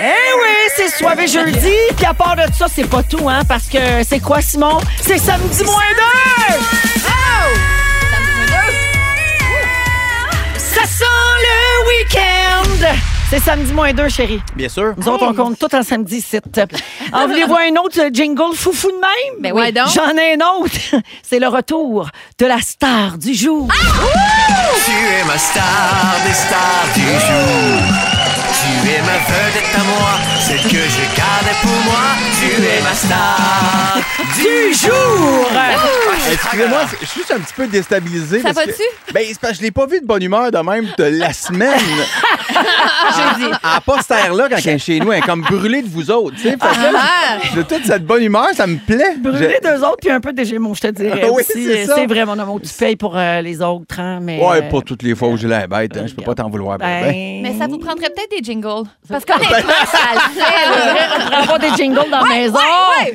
S3: Eh oui, c'est soirée jeudi. Puis à part de ça, c'est pas tout, hein, parce que c'est quoi, Simon? C'est samedi moins deux! Oh! Ça sent le week-end! C'est samedi moins deux, chérie.
S17: Bien sûr.
S3: Nous autres, on compte tout en samedi ici. En voulez-vous un autre jingle foufou de même?
S16: Ben oui, donc.
S3: J'en ai un autre. C'est le retour de la star du jour.
S17: Ah!
S7: Tu es ma star des stars du jour. Tu es ma vedette à moi, celle que je gardais pour moi. Tu es ma star du jour.
S3: Ah,
S17: Ah, Excusez-moi, je suis juste un petit peu déstabilisé.
S16: Ça
S17: parce que-
S16: va-tu?
S17: Ben, c'est parce que je l'ai pas vu de bonne humeur de même de la semaine.
S16: Jeudi.
S17: À pas cette heure-là, quand elle est chez nous, elle est comme brûlée de vous autres. tu sais. Fait que là,
S3: Ah,
S17: de toute cette bonne humeur, ça me plaît.
S3: Brûler
S17: Je-
S3: deux autres, puis un peu de gémeaux, je te dirais.
S17: Ah oui,
S3: aussi. euh,
S17: c'est ça.
S3: c'est vrai, mon amour. Tu payes pour euh, les autres, hein, mais.
S17: Ouais,
S3: euh,
S17: pas toutes les fois où j'ai la bête, hein, je peux pas t'en vouloir. ben, ben.
S3: ben,
S16: Mais ça vous prendrait peut-être des jingles. Parce que honnêtement, ça le fait, là.
S3: On pourrait avoir des jingles dans la maison.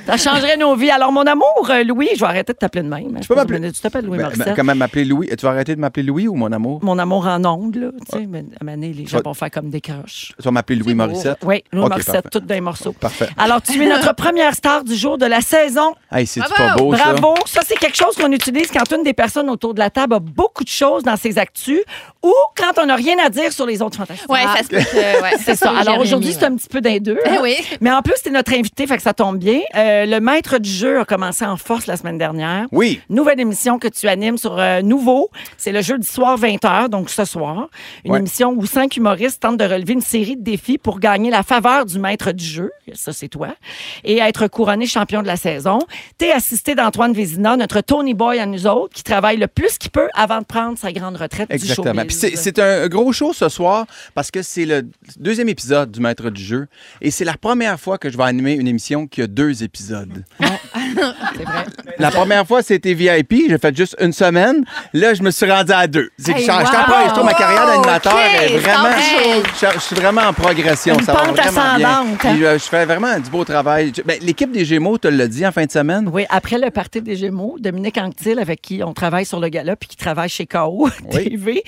S3: Ça changerait nos vies. Alors, mon amour, euh, Louis, je vais arrêter de t'appeler de même. Je
S17: peux
S3: peux
S17: m'appeler-
S3: Tu t'appelles Louis
S17: Ben,
S3: Morissette.
S17: ben, comment m'appeler Louis? Tu vas arrêter de m'appeler Louis ou mon amour?
S3: Mon amour en ondes, là. Tu sais, mais à un moment donné, les gens
S17: Ouais.
S3: vont faire comme des croches.
S17: Tu vas m'appeler Louis Morissette?
S3: Oui, Louis
S17: Ok,
S3: Morissette, Ah,
S17: parfait.
S3: toutes des morceaux.
S17: Parfait.
S3: Alors, tu es notre première star du jour de la saison.
S17: Hey, c'est pas
S3: Bravo!
S17: beau, ça?
S3: Bravo! Ça, c'est quelque chose qu'on utilise quand une des personnes autour de la table a beaucoup de choses dans ses actus ou quand on n'a rien à dire sur les autres fantastiques.
S16: Ouais, ça se peut que, ouais,
S3: C'est ça.
S16: peut que
S3: Alors
S16: Jérémy,
S3: aujourd'hui, c'est un petit peu d'un deux.
S16: Eh
S3: hein.
S16: oui.
S3: Mais en plus, t'es notre invité, fait que ça tombe bien. Euh, le maître du jeu a commencé en force la semaine dernière.
S17: Oui.
S3: Nouvelle émission que tu animes sur euh, Nouveau. C'est le jeudi soir 20h, donc ce soir. Une
S17: Ouais.
S3: émission où cinq humoristes tentent de relever une série de défis pour gagner la faveur du maître du jeu. Ça, c'est toi. Et être couronné champion de la saison. T'es assisté d'Antoine Vézina, notre Tony Boy à nous autres, qui travaille le plus qu'il peut avant de prendre sa grande retraite du
S17: Exactement.
S3: showbiz.
S17: Puis c'est- c'est un gros show ce soir parce que c'est le deuxième épisode du Maître du jeu et c'est la première fois que je vais animer une émission qui a deux épisodes.
S3: C'est vrai.
S17: La première fois, c'était VIP. J'ai fait juste une semaine. Là, je me suis rendu à deux. C'est que
S16: Hey,
S17: je change.
S16: wow!
S17: Je t'apprends, je trouve ma carrière
S16: Wow,
S17: d'animateur
S16: ok,
S17: est vraiment.
S16: c'est en
S17: Je, je suis vraiment en progression.
S3: Une
S17: ça va
S3: pente
S17: vraiment bien.
S3: ascendante, hein?
S17: Puis, euh, je fais vraiment du beau travail. Je- ben, L'équipe des Gémeaux te l'a dit en fin de semaine.
S3: Oui, après le party des Gémeaux, Dominique Anctil, avec qui on travaille sur le gala puis qui travaille chez KO TV,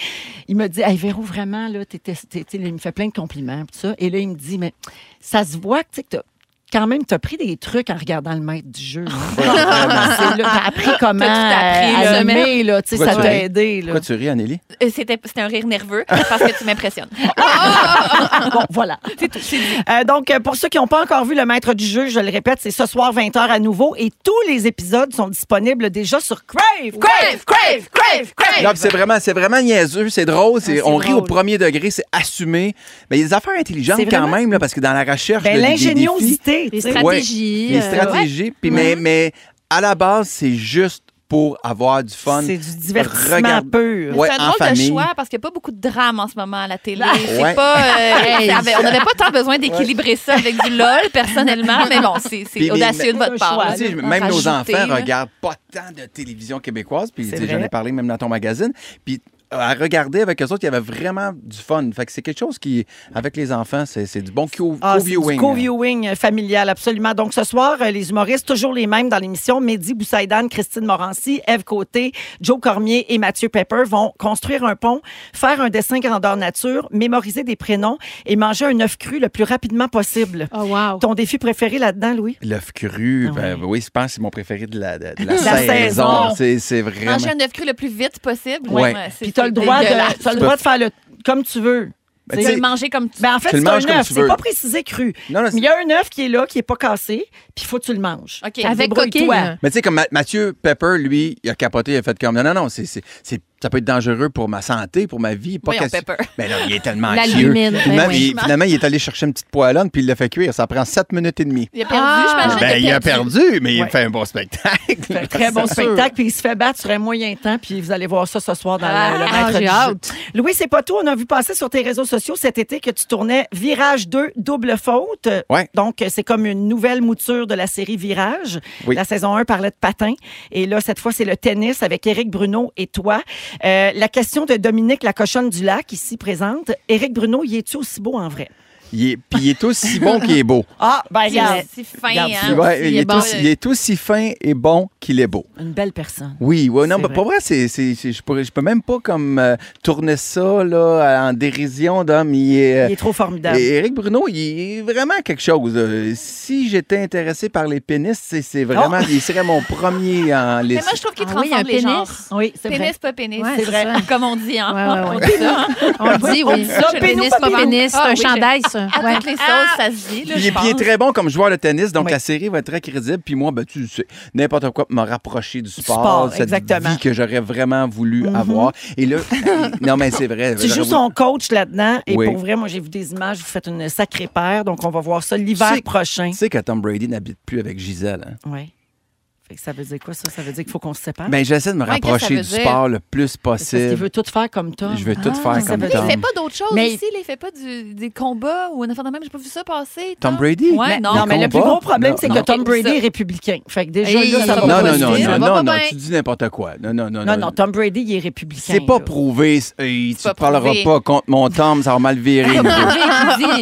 S3: il me dit Hey Véro, vraiment, là, t'étais- t'étais- il me fait plein de compliments. Pis ça. Et là, il me dit Mais ça se voit que tu sais, que t'as- quand même, t'as pris des trucs en regardant le maître du jeu. hein. C'est là, T'as appris comment
S16: appris,
S3: euh,
S16: là.
S3: allumer, là, tu sais,
S17: Pourquoi
S3: ça
S17: tu
S3: t'a
S17: ris?
S3: aidé. Là.
S17: Pourquoi tu ris, Anneli?
S16: Euh, C'était c'était un rire nerveux parce que tu m'impressionnes.
S3: bon, voilà. Euh, donc, euh, pour ceux qui n'ont pas encore vu Le Maître du Jeu, je le répète, c'est ce soir 20h à nouveau et tous les épisodes sont disponibles déjà sur Crave. Crave, Crave, Crave, Crave.
S17: Non, puis c'est vraiment, c'est vraiment niaiseux, c'est drôle, c'est-
S3: ben. Ah, c'est
S17: on rit au
S3: drôle.
S17: premier degré, c'est assumé. Mais il y a des affaires intelligentes
S3: C'est
S17: quand
S3: vraiment-
S17: même, là, parce que dans la recherche,
S3: Ben,
S17: de- des- des défis-
S3: l'ingéniosité. tu sais.
S16: stratégies,
S17: Les
S16: euh,
S17: stratégies. Puis, mais, mais à la base, c'est juste pour avoir du fun.
S3: C'est du divertissement
S17: Regarde-
S3: pur.
S17: Ouais,
S16: c'est un
S17: en
S16: drôle
S17: famille.
S16: de choix parce qu'il n'y a pas beaucoup de drame en ce moment à la télé.
S17: Ouais.
S16: C'est pas, euh, ça avait- on n'avait pas tant besoin d'équilibrer ça avec du LOL, personnellement, mais bon, c'est c'est
S17: Puis, mais-
S16: audacieux de
S17: mais-
S16: votre part.
S17: Tu sais,
S16: là,
S17: même
S16: de
S17: nos
S16: rajouter,
S17: enfants
S16: là.
S17: regardent pas tant de télévision québécoise. Puis
S3: C'est
S17: tu sais,
S3: vrai.
S17: j'en ai parlé même dans ton magazine. Puis euh, à regarder avec eux autres, il y avait vraiment du fun. Fait que c'est quelque chose qui, avec les enfants, c'est c'est du bon co-
S3: Ah, c'est du
S17: co-viewing.
S3: Co-viewing euh, familial, absolument. Donc, ce soir, euh, les humoristes, toujours les mêmes dans l'émission, Mehdi Boussaïdan, Christine Morancy, Eve Côté, Joe Cormier et Mathieu Pepper vont construire un pont, faire un dessin grandeur nature, mémoriser des prénoms et manger un œuf cru le plus rapidement possible.
S16: Ah,
S3: Ton défi préféré là-dedans, Louis?
S17: L'œuf
S3: Ah
S17: cru, ben, oui, je pense que c'est mon préféré de la, de- de la
S16: La
S17: saison.
S16: saison.
S17: C'est- C'est vraiment.
S16: Manger un œuf cru le plus vite possible.
S17: Ouais.
S16: Puis
S3: T'as le droit de, t'as le droit de faire le, comme tu veux.
S17: Ben, Tu peux t'sais- le
S16: manger comme
S3: tu veux. en fait,
S17: Tu le
S3: c'est un
S17: manges comme
S3: œuf.
S17: tu
S3: C'est
S17: veux.
S3: pas précisé cru.
S17: Non, non,
S3: Mais il y a un œuf qui est là, qui est pas cassé, puis il faut que tu le manges.
S16: OK,
S3: Fait que
S16: avec
S3: débrouille-toi.
S16: coquille.
S17: Mais tu sais, comme Ma- Mathieu Pepper, lui, il a capoté, il a fait comme non, non, non, c'est, c'est, c'est- ça peut être dangereux pour ma santé, pour ma vie. Pas
S16: Voyons,
S17: question-
S16: Pepper.
S17: Mais non, il est tellement
S16: La
S17: anxieux.
S16: lumine, ben
S17: Finalement,
S16: oui.
S17: il, finalement, il est allé chercher une petite poêlonne puis il l'a fait cuire. Ça prend 7 minutes et demie.
S16: Il a perdu, j'imagine.
S17: Ben, il a perdu, mais
S3: Ouais.
S17: il fait un bon spectacle.
S3: Fait un très bon spectacle, puis il se fait battre sur un moyen temps, puis vous allez voir ça ce soir dans
S17: Ah,
S3: le, le
S17: ah,
S3: maître
S17: j'ai
S3: du jeu.
S17: hâte.
S3: Louis, c'est pas tout. On a vu passer sur tes réseaux sociaux cet été que tu tournais Virage 2, double faute. Donc, c'est comme une nouvelle mouture de la série Virage.
S17: Oui.
S3: La saison 1 parlait de patin. Et là, cette fois, c'est le tennis avec Éric Bruno et toi. Euh, la question de Dominique, la cochonne du lac, ici présente. Éric Bruno, y es-tu aussi beau en vrai?
S17: Il est, puis il est aussi bon qu'il est beau.
S3: Ah, ben,
S16: Il est
S3: regarde.
S16: si fin,
S3: Regarde,
S16: hein.
S3: si-
S17: Ouais,
S16: Il
S17: il,
S16: est
S17: est euh,
S16: bon.
S17: aussi, il est aussi fin et bon qu'il est beau.
S3: Une belle personne.
S17: Oui, ouais, non,
S3: C'est
S17: mais
S3: vrai.
S17: pour vrai, c'est, c'est- c'est- je, pourrais, je peux même pas comme euh, tourner ça là, en dérision d'homme. Il est, euh,
S3: Il est trop formidable.
S17: Et Éric Bruno, il est vraiment quelque chose. Euh, Si j'étais intéressé par les pénis, c'est, c'est vraiment,
S3: Oh.
S17: il serait mon premier en
S16: Mais
S17: liste.
S16: moi, je trouve qu'il
S3: Ah oui,
S16: transforme
S3: un
S16: les
S3: pénis.
S16: genres.
S3: Oui, c'est
S16: pénis,
S3: vrai.
S16: pas pénis.
S3: Ouais, c'est
S16: ça.
S3: vrai.
S16: Comme on dit, hein?
S18: ouais,
S16: on
S18: ouais.
S16: dit ça. hein?
S18: On le dit, oui.
S16: ça,
S18: Pénis,
S16: pénis,
S18: pas
S16: pas
S18: pénis, c'est
S16: Ah,
S18: un
S16: oui,
S18: chandail,
S16: je-
S18: ça.
S16: À
S18: Ouais.
S16: toutes les
S3: Ah.
S16: sauces, ça se dit, là,
S17: Puis il
S16: je
S17: est- puis il est
S16: pense.
S17: très bon comme joueur de tennis, donc la série va être très crédible. Puis moi, ben, tu sais, n'importe quoi pour me rapprocher du sport,
S3: sport,
S17: cette
S3: exactement. Mm-hmm.
S17: vie que j'aurais vraiment voulu avoir. Et là, non, mais c'est vrai.
S3: Tu
S17: j'aurais
S3: joues
S17: voulu-
S3: son coach là-dedans. Et
S17: Oui.
S3: pour vrai, moi, j'ai vu des images. Vous faites une sacrée paire. Donc, on va voir ça l'hiver
S17: Tu sais-
S3: prochain.
S17: Tu sais que Tom Brady n'habite plus avec Gisèle. Hein?
S3: Oui. Fait que ça veut dire quoi, ça? Ça veut dire qu'il faut qu'on se sépare?
S17: Ben, j'essaie de me
S3: Ouais, qu'est-ce que ça
S17: rapprocher
S3: veut
S17: du
S3: dire?
S17: sport le plus
S3: Hein? Parce qu'il
S17: possible.
S3: veut tout faire comme toi.
S17: Je veux tout faire
S3: ça
S17: comme
S3: veut
S16: Mais il
S17: Tom.
S16: fait pas d'autres choses
S3: Mais-
S16: aussi. là. Il fait pas du- des combats ou une affaire de même. J'ai pas vu ça passer.
S17: Tom Brady?
S16: Ouais,
S17: Mais-
S16: non.
S3: Non, mais le plus
S17: combat?
S3: gros problème,
S17: Non,
S3: c'est
S17: non.
S3: que Tom
S16: Ok,
S3: Brady
S16: ça.
S3: est républicain. Fait que déjà,
S16: Et
S3: là,
S17: Non,
S3: ça va
S17: non,
S3: pas
S17: non, non,
S3: bien.
S17: non,
S16: va pas
S17: non, non,
S16: bien.
S17: tu dis n'importe quoi. Non, non, non,
S3: Non,
S17: non.
S3: non, Tom Brady, il est républicain.
S17: C'est pas
S3: là.
S17: prouvé. c'est- hey, tu
S3: pas
S17: ne parleras
S3: prouvé. Ah,
S17: pas contre mon Tom, ça va mal virer. nous autres.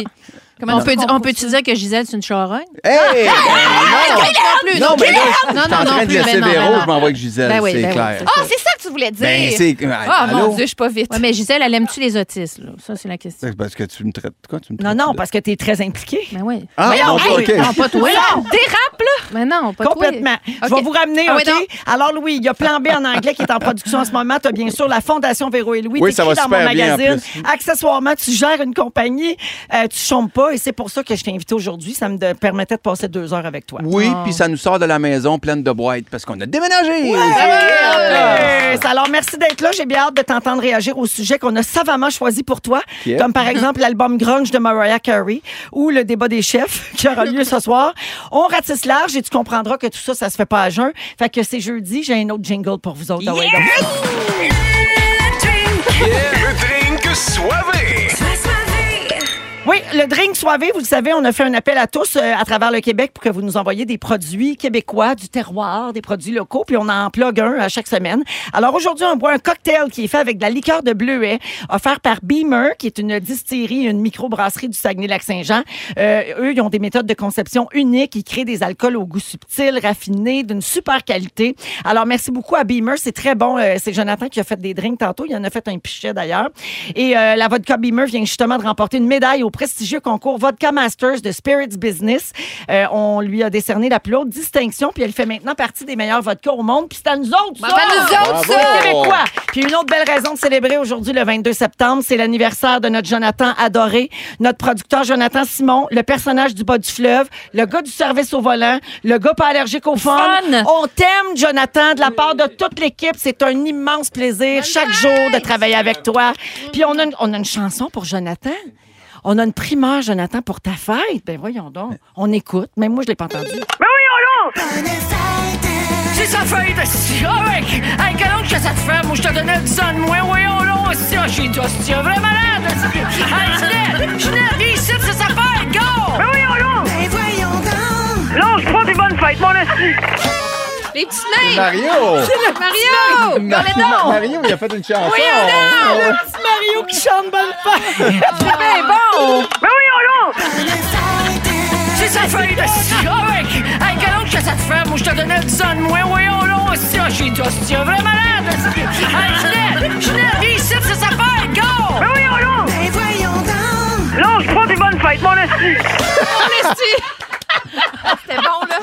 S18: on
S17: tu
S18: peut, on peut-tu dire que Gisèle, c'est une charogne?
S16: Ah!
S17: Hey! Ben,
S18: plus,
S17: Non, mais
S18: non,
S17: là, je suis en
S18: non,
S17: train
S18: non
S17: de
S18: plus,
S17: laisser
S18: ben non,
S17: Véro,
S18: ben
S17: je m'en vais avec Gisèle,
S18: Ben oui,
S17: c'est
S18: ben oui,
S17: clair.
S18: c'est
S16: Ah, c'est ça que tu voulais dire.
S17: Ben, c'est-
S16: Ah, mon
S17: Allô?
S16: Dieu, je suis pas vite.
S18: Ouais, mais Gisèle, elle aime-tu les autistes? Là? Ça, c'est la question.
S17: C'est parce que tu me traites. Quoi, tu me traites?
S3: Non, non, parce que t'es très impliqué.
S18: Ben oui.
S17: Ah, non, pas- ok.
S18: Non, pas toi.
S3: Ça
S18: dérape, là! Mais non, pas toi.
S3: Complètement. Je vais vous ramener,
S18: Ah oui,
S3: OK? Alors, Louis, il y a Plan B en anglais qui est en production en ce moment. Tu as bien sûr la Fondation Véro et
S17: Oui,
S3: Louis. T'écris
S17: ça va
S3: dans mon
S17: super bien, en
S3: magazine. Accessoirement, tu gères une compagnie. euh, tu chômes pas et c'est pour ça que je t'ai invité aujourd'hui. Ça me de- permettait de passer deux heures avec toi.
S17: Oui,
S18: Oh.
S17: puis ça nous sort de la maison pleine de boîtes parce qu'on a déménagé.
S3: Ouais! Alors, merci d'être là. J'ai bien hâte de t'entendre réagir au sujet qu'on a savamment choisi pour toi,
S17: Yep.
S3: comme par exemple l'album Grunge de Mariah Carey ou le débat des chefs qui aura lieu ce soir. On ratisse large et tu comprendras que tout ça, ça se fait pas à jeun. Fait que c'est jeudi, j'ai un autre jingle pour vous autres. Ah ouais, donc-
S7: Le drink soivé.
S3: Oui, le drink soivé, vous le savez, on a fait un appel à tous euh, à travers le Québec pour que vous nous envoyiez des produits québécois, du terroir, des produits locaux, puis on en plug un à chaque semaine. Alors aujourd'hui, on boit un cocktail qui est fait avec de la liqueur de bleuet, offert par Beamer, qui est une distillerie, une microbrasserie du Saguenay-Lac-Saint-Jean. Euh, eux, ils ont des méthodes de conception uniques. Ils créent des alcools au goût subtil, raffiné, d'une super qualité. Alors merci beaucoup à Beamer, c'est très bon. Euh, c'est Jonathan qui a fait des drinks tantôt. Il en a fait un pichet d'ailleurs. Et euh, la vodka Beamer vient justement de remporter une médaille au prestigieux concours Vodka Masters de Spirits Business. Euh, on lui a décerné la plus haute distinction, puis elle fait maintenant partie des meilleures vodkas au monde. Puis c'est à nous autres, ça!
S16: Bravo Ben, à nous autres, ça!
S3: Les Québécois! Puis une autre belle raison de célébrer aujourd'hui, le 22 septembre, c'est l'anniversaire de notre Jonathan adoré, notre producteur Jonathan Simon, le personnage du bas du fleuve, le gars du service au volant, le gars pas allergique au fun. On t'aime, Jonathan, de la part de toute l'équipe. C'est un immense plaisir chaque jour de travailler avec toi. Puis on a une, on a une chanson pour Jonathan. On a une primeur, Jonathan, pour ta fête. Ben voyons donc. On écoute. Même moi, je l'ai pas entendu.
S7: Ben oui, on l'a! C'est sa fête, si avec! Hey, quel oncle que ça te fait? Moi, je te donnais 10 ans de moins. Voyons, là, si, ah, je suis toi, si, vrai malade! hostie. Hey, Ginette! Ginette, viens ici, c'est sa fête, go! Ben oui, on l'a! Ben voyons donc! Là, je prends des bonnes fêtes, mon esti!
S16: Les les petits nains!
S17: Mario!
S16: C'est le Mario!
S17: Ma-
S16: Regardez
S17: Ma-
S16: donc!
S17: Mario, il a fait une chanson.
S16: Oui,
S17: Ah ouais.
S16: regarde!
S3: petit Mario qui chante bonne fête!
S16: C'est bien bon!
S7: Ben oui, on l'a!
S19: C'est sa feuille de cigarette! Hey, quel autre que ça te fait? Moi, je te donnais 10 ans de moins. Voyons, là, aussi, ah, j'ai dit, c'est un vrai malade! hostie. Hey, Ginette! Ginette, viens ici, c'est sa feuille, go! Ben oui, on l'a! Ben voyons donc! Non, je prends des bonnes fêtes, mon esti!
S16: Mon esti! C'était bon, là!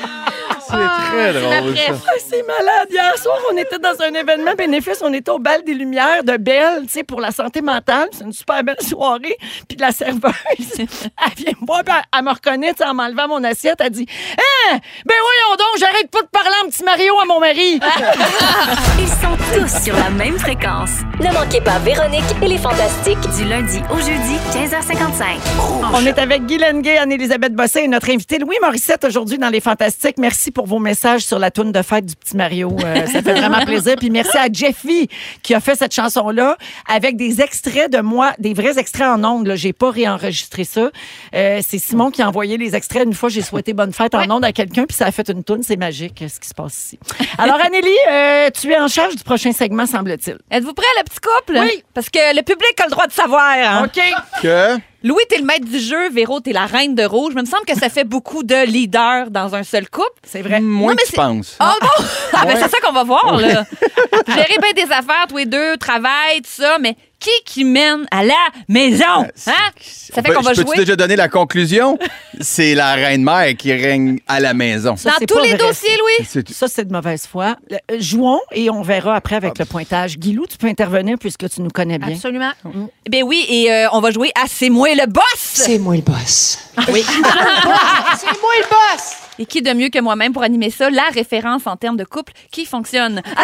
S17: C'est très drôle, ça.
S3: Ah, C'est malade. Hier soir, on était dans un événement bénéfice. On était au bal des Lumières de Belle, tu sais, pour la santé mentale. C'est une super belle soirée. Puis la serveuse, elle vient me voir, puis elle, elle me reconnaît, tu sais, en m'enlevant mon assiette. Elle dit Hein, ben voyons donc, j'arrête pas de parler en petit Mario à mon mari.
S2: Ils sont tous sur la même fréquence.
S1: Ne manquez pas Véronique et les Fantastiques du lundi au jeudi 15h55.
S3: On est avec Guy Lenguet, Anne-Élisabeth Bossé et notre invité Louis Morissette aujourd'hui dans Les Fantastiques. Merci pour vos messages sur la toune de fête du petit Mario. Euh, ça fait vraiment plaisir. Puis merci à Jeffy qui a fait cette chanson-là avec des extraits de moi, des vrais extraits en ondes. là. J'ai pas réenregistré ça. Euh, c'est Simon qui a envoyé les extraits. Une fois, j'ai souhaité bonne fête en ondes à quelqu'un puis ça a fait une toune. C'est magique euh, ce qui se passe ici. Alors, Anélie, euh, tu es en charge du prochain segment, semble-t-il.
S16: Êtes-vous prêt, le petit couple?
S3: Oui.
S16: Parce que le public a le droit de savoir. hein.
S3: OK.
S17: Que?
S16: Louis, t'es le maître du jeu. Véro, t'es la reine de rouge. Mais il me semble que ça fait beaucoup de leaders dans un seul couple.
S3: C'est vrai.
S17: Moins
S16: Non, mais
S17: que tu
S16: c'est-
S17: penses.
S16: Ah bon? Ah, ben,
S17: Ouais.
S16: c'est ça qu'on va voir,
S17: Ouais.
S16: là. Gérer bien des affaires, tous les deux, travail, tout ça, mais qui qui mène à la
S17: Ah,
S16: maison? Hein? Ça fait
S17: Ben,
S16: qu'on va
S17: je Peux-tu
S16: jouer
S17: déjà donner la conclusion? C'est la reine-mère qui règne à la maison.
S3: Ça, c'est
S16: tous
S3: pas
S16: les
S3: vrai,
S16: dossiers,
S3: ça.
S16: Louis.
S3: Ça, c'est de mauvaise foi. Le- euh, jouons et on verra après avec
S17: Ah, ben,
S3: le pointage. Guilou, tu peux intervenir puisque tu nous connais bien.
S16: Absolument.
S17: Mm.
S16: Ben oui, et euh, on va jouer à C'est moi le boss. C'est moi le boss. Oui. C'est moi le boss. Et qui de mieux que moi-même pour animer ça, la référence en termes de couple qui fonctionne.
S3: Ah!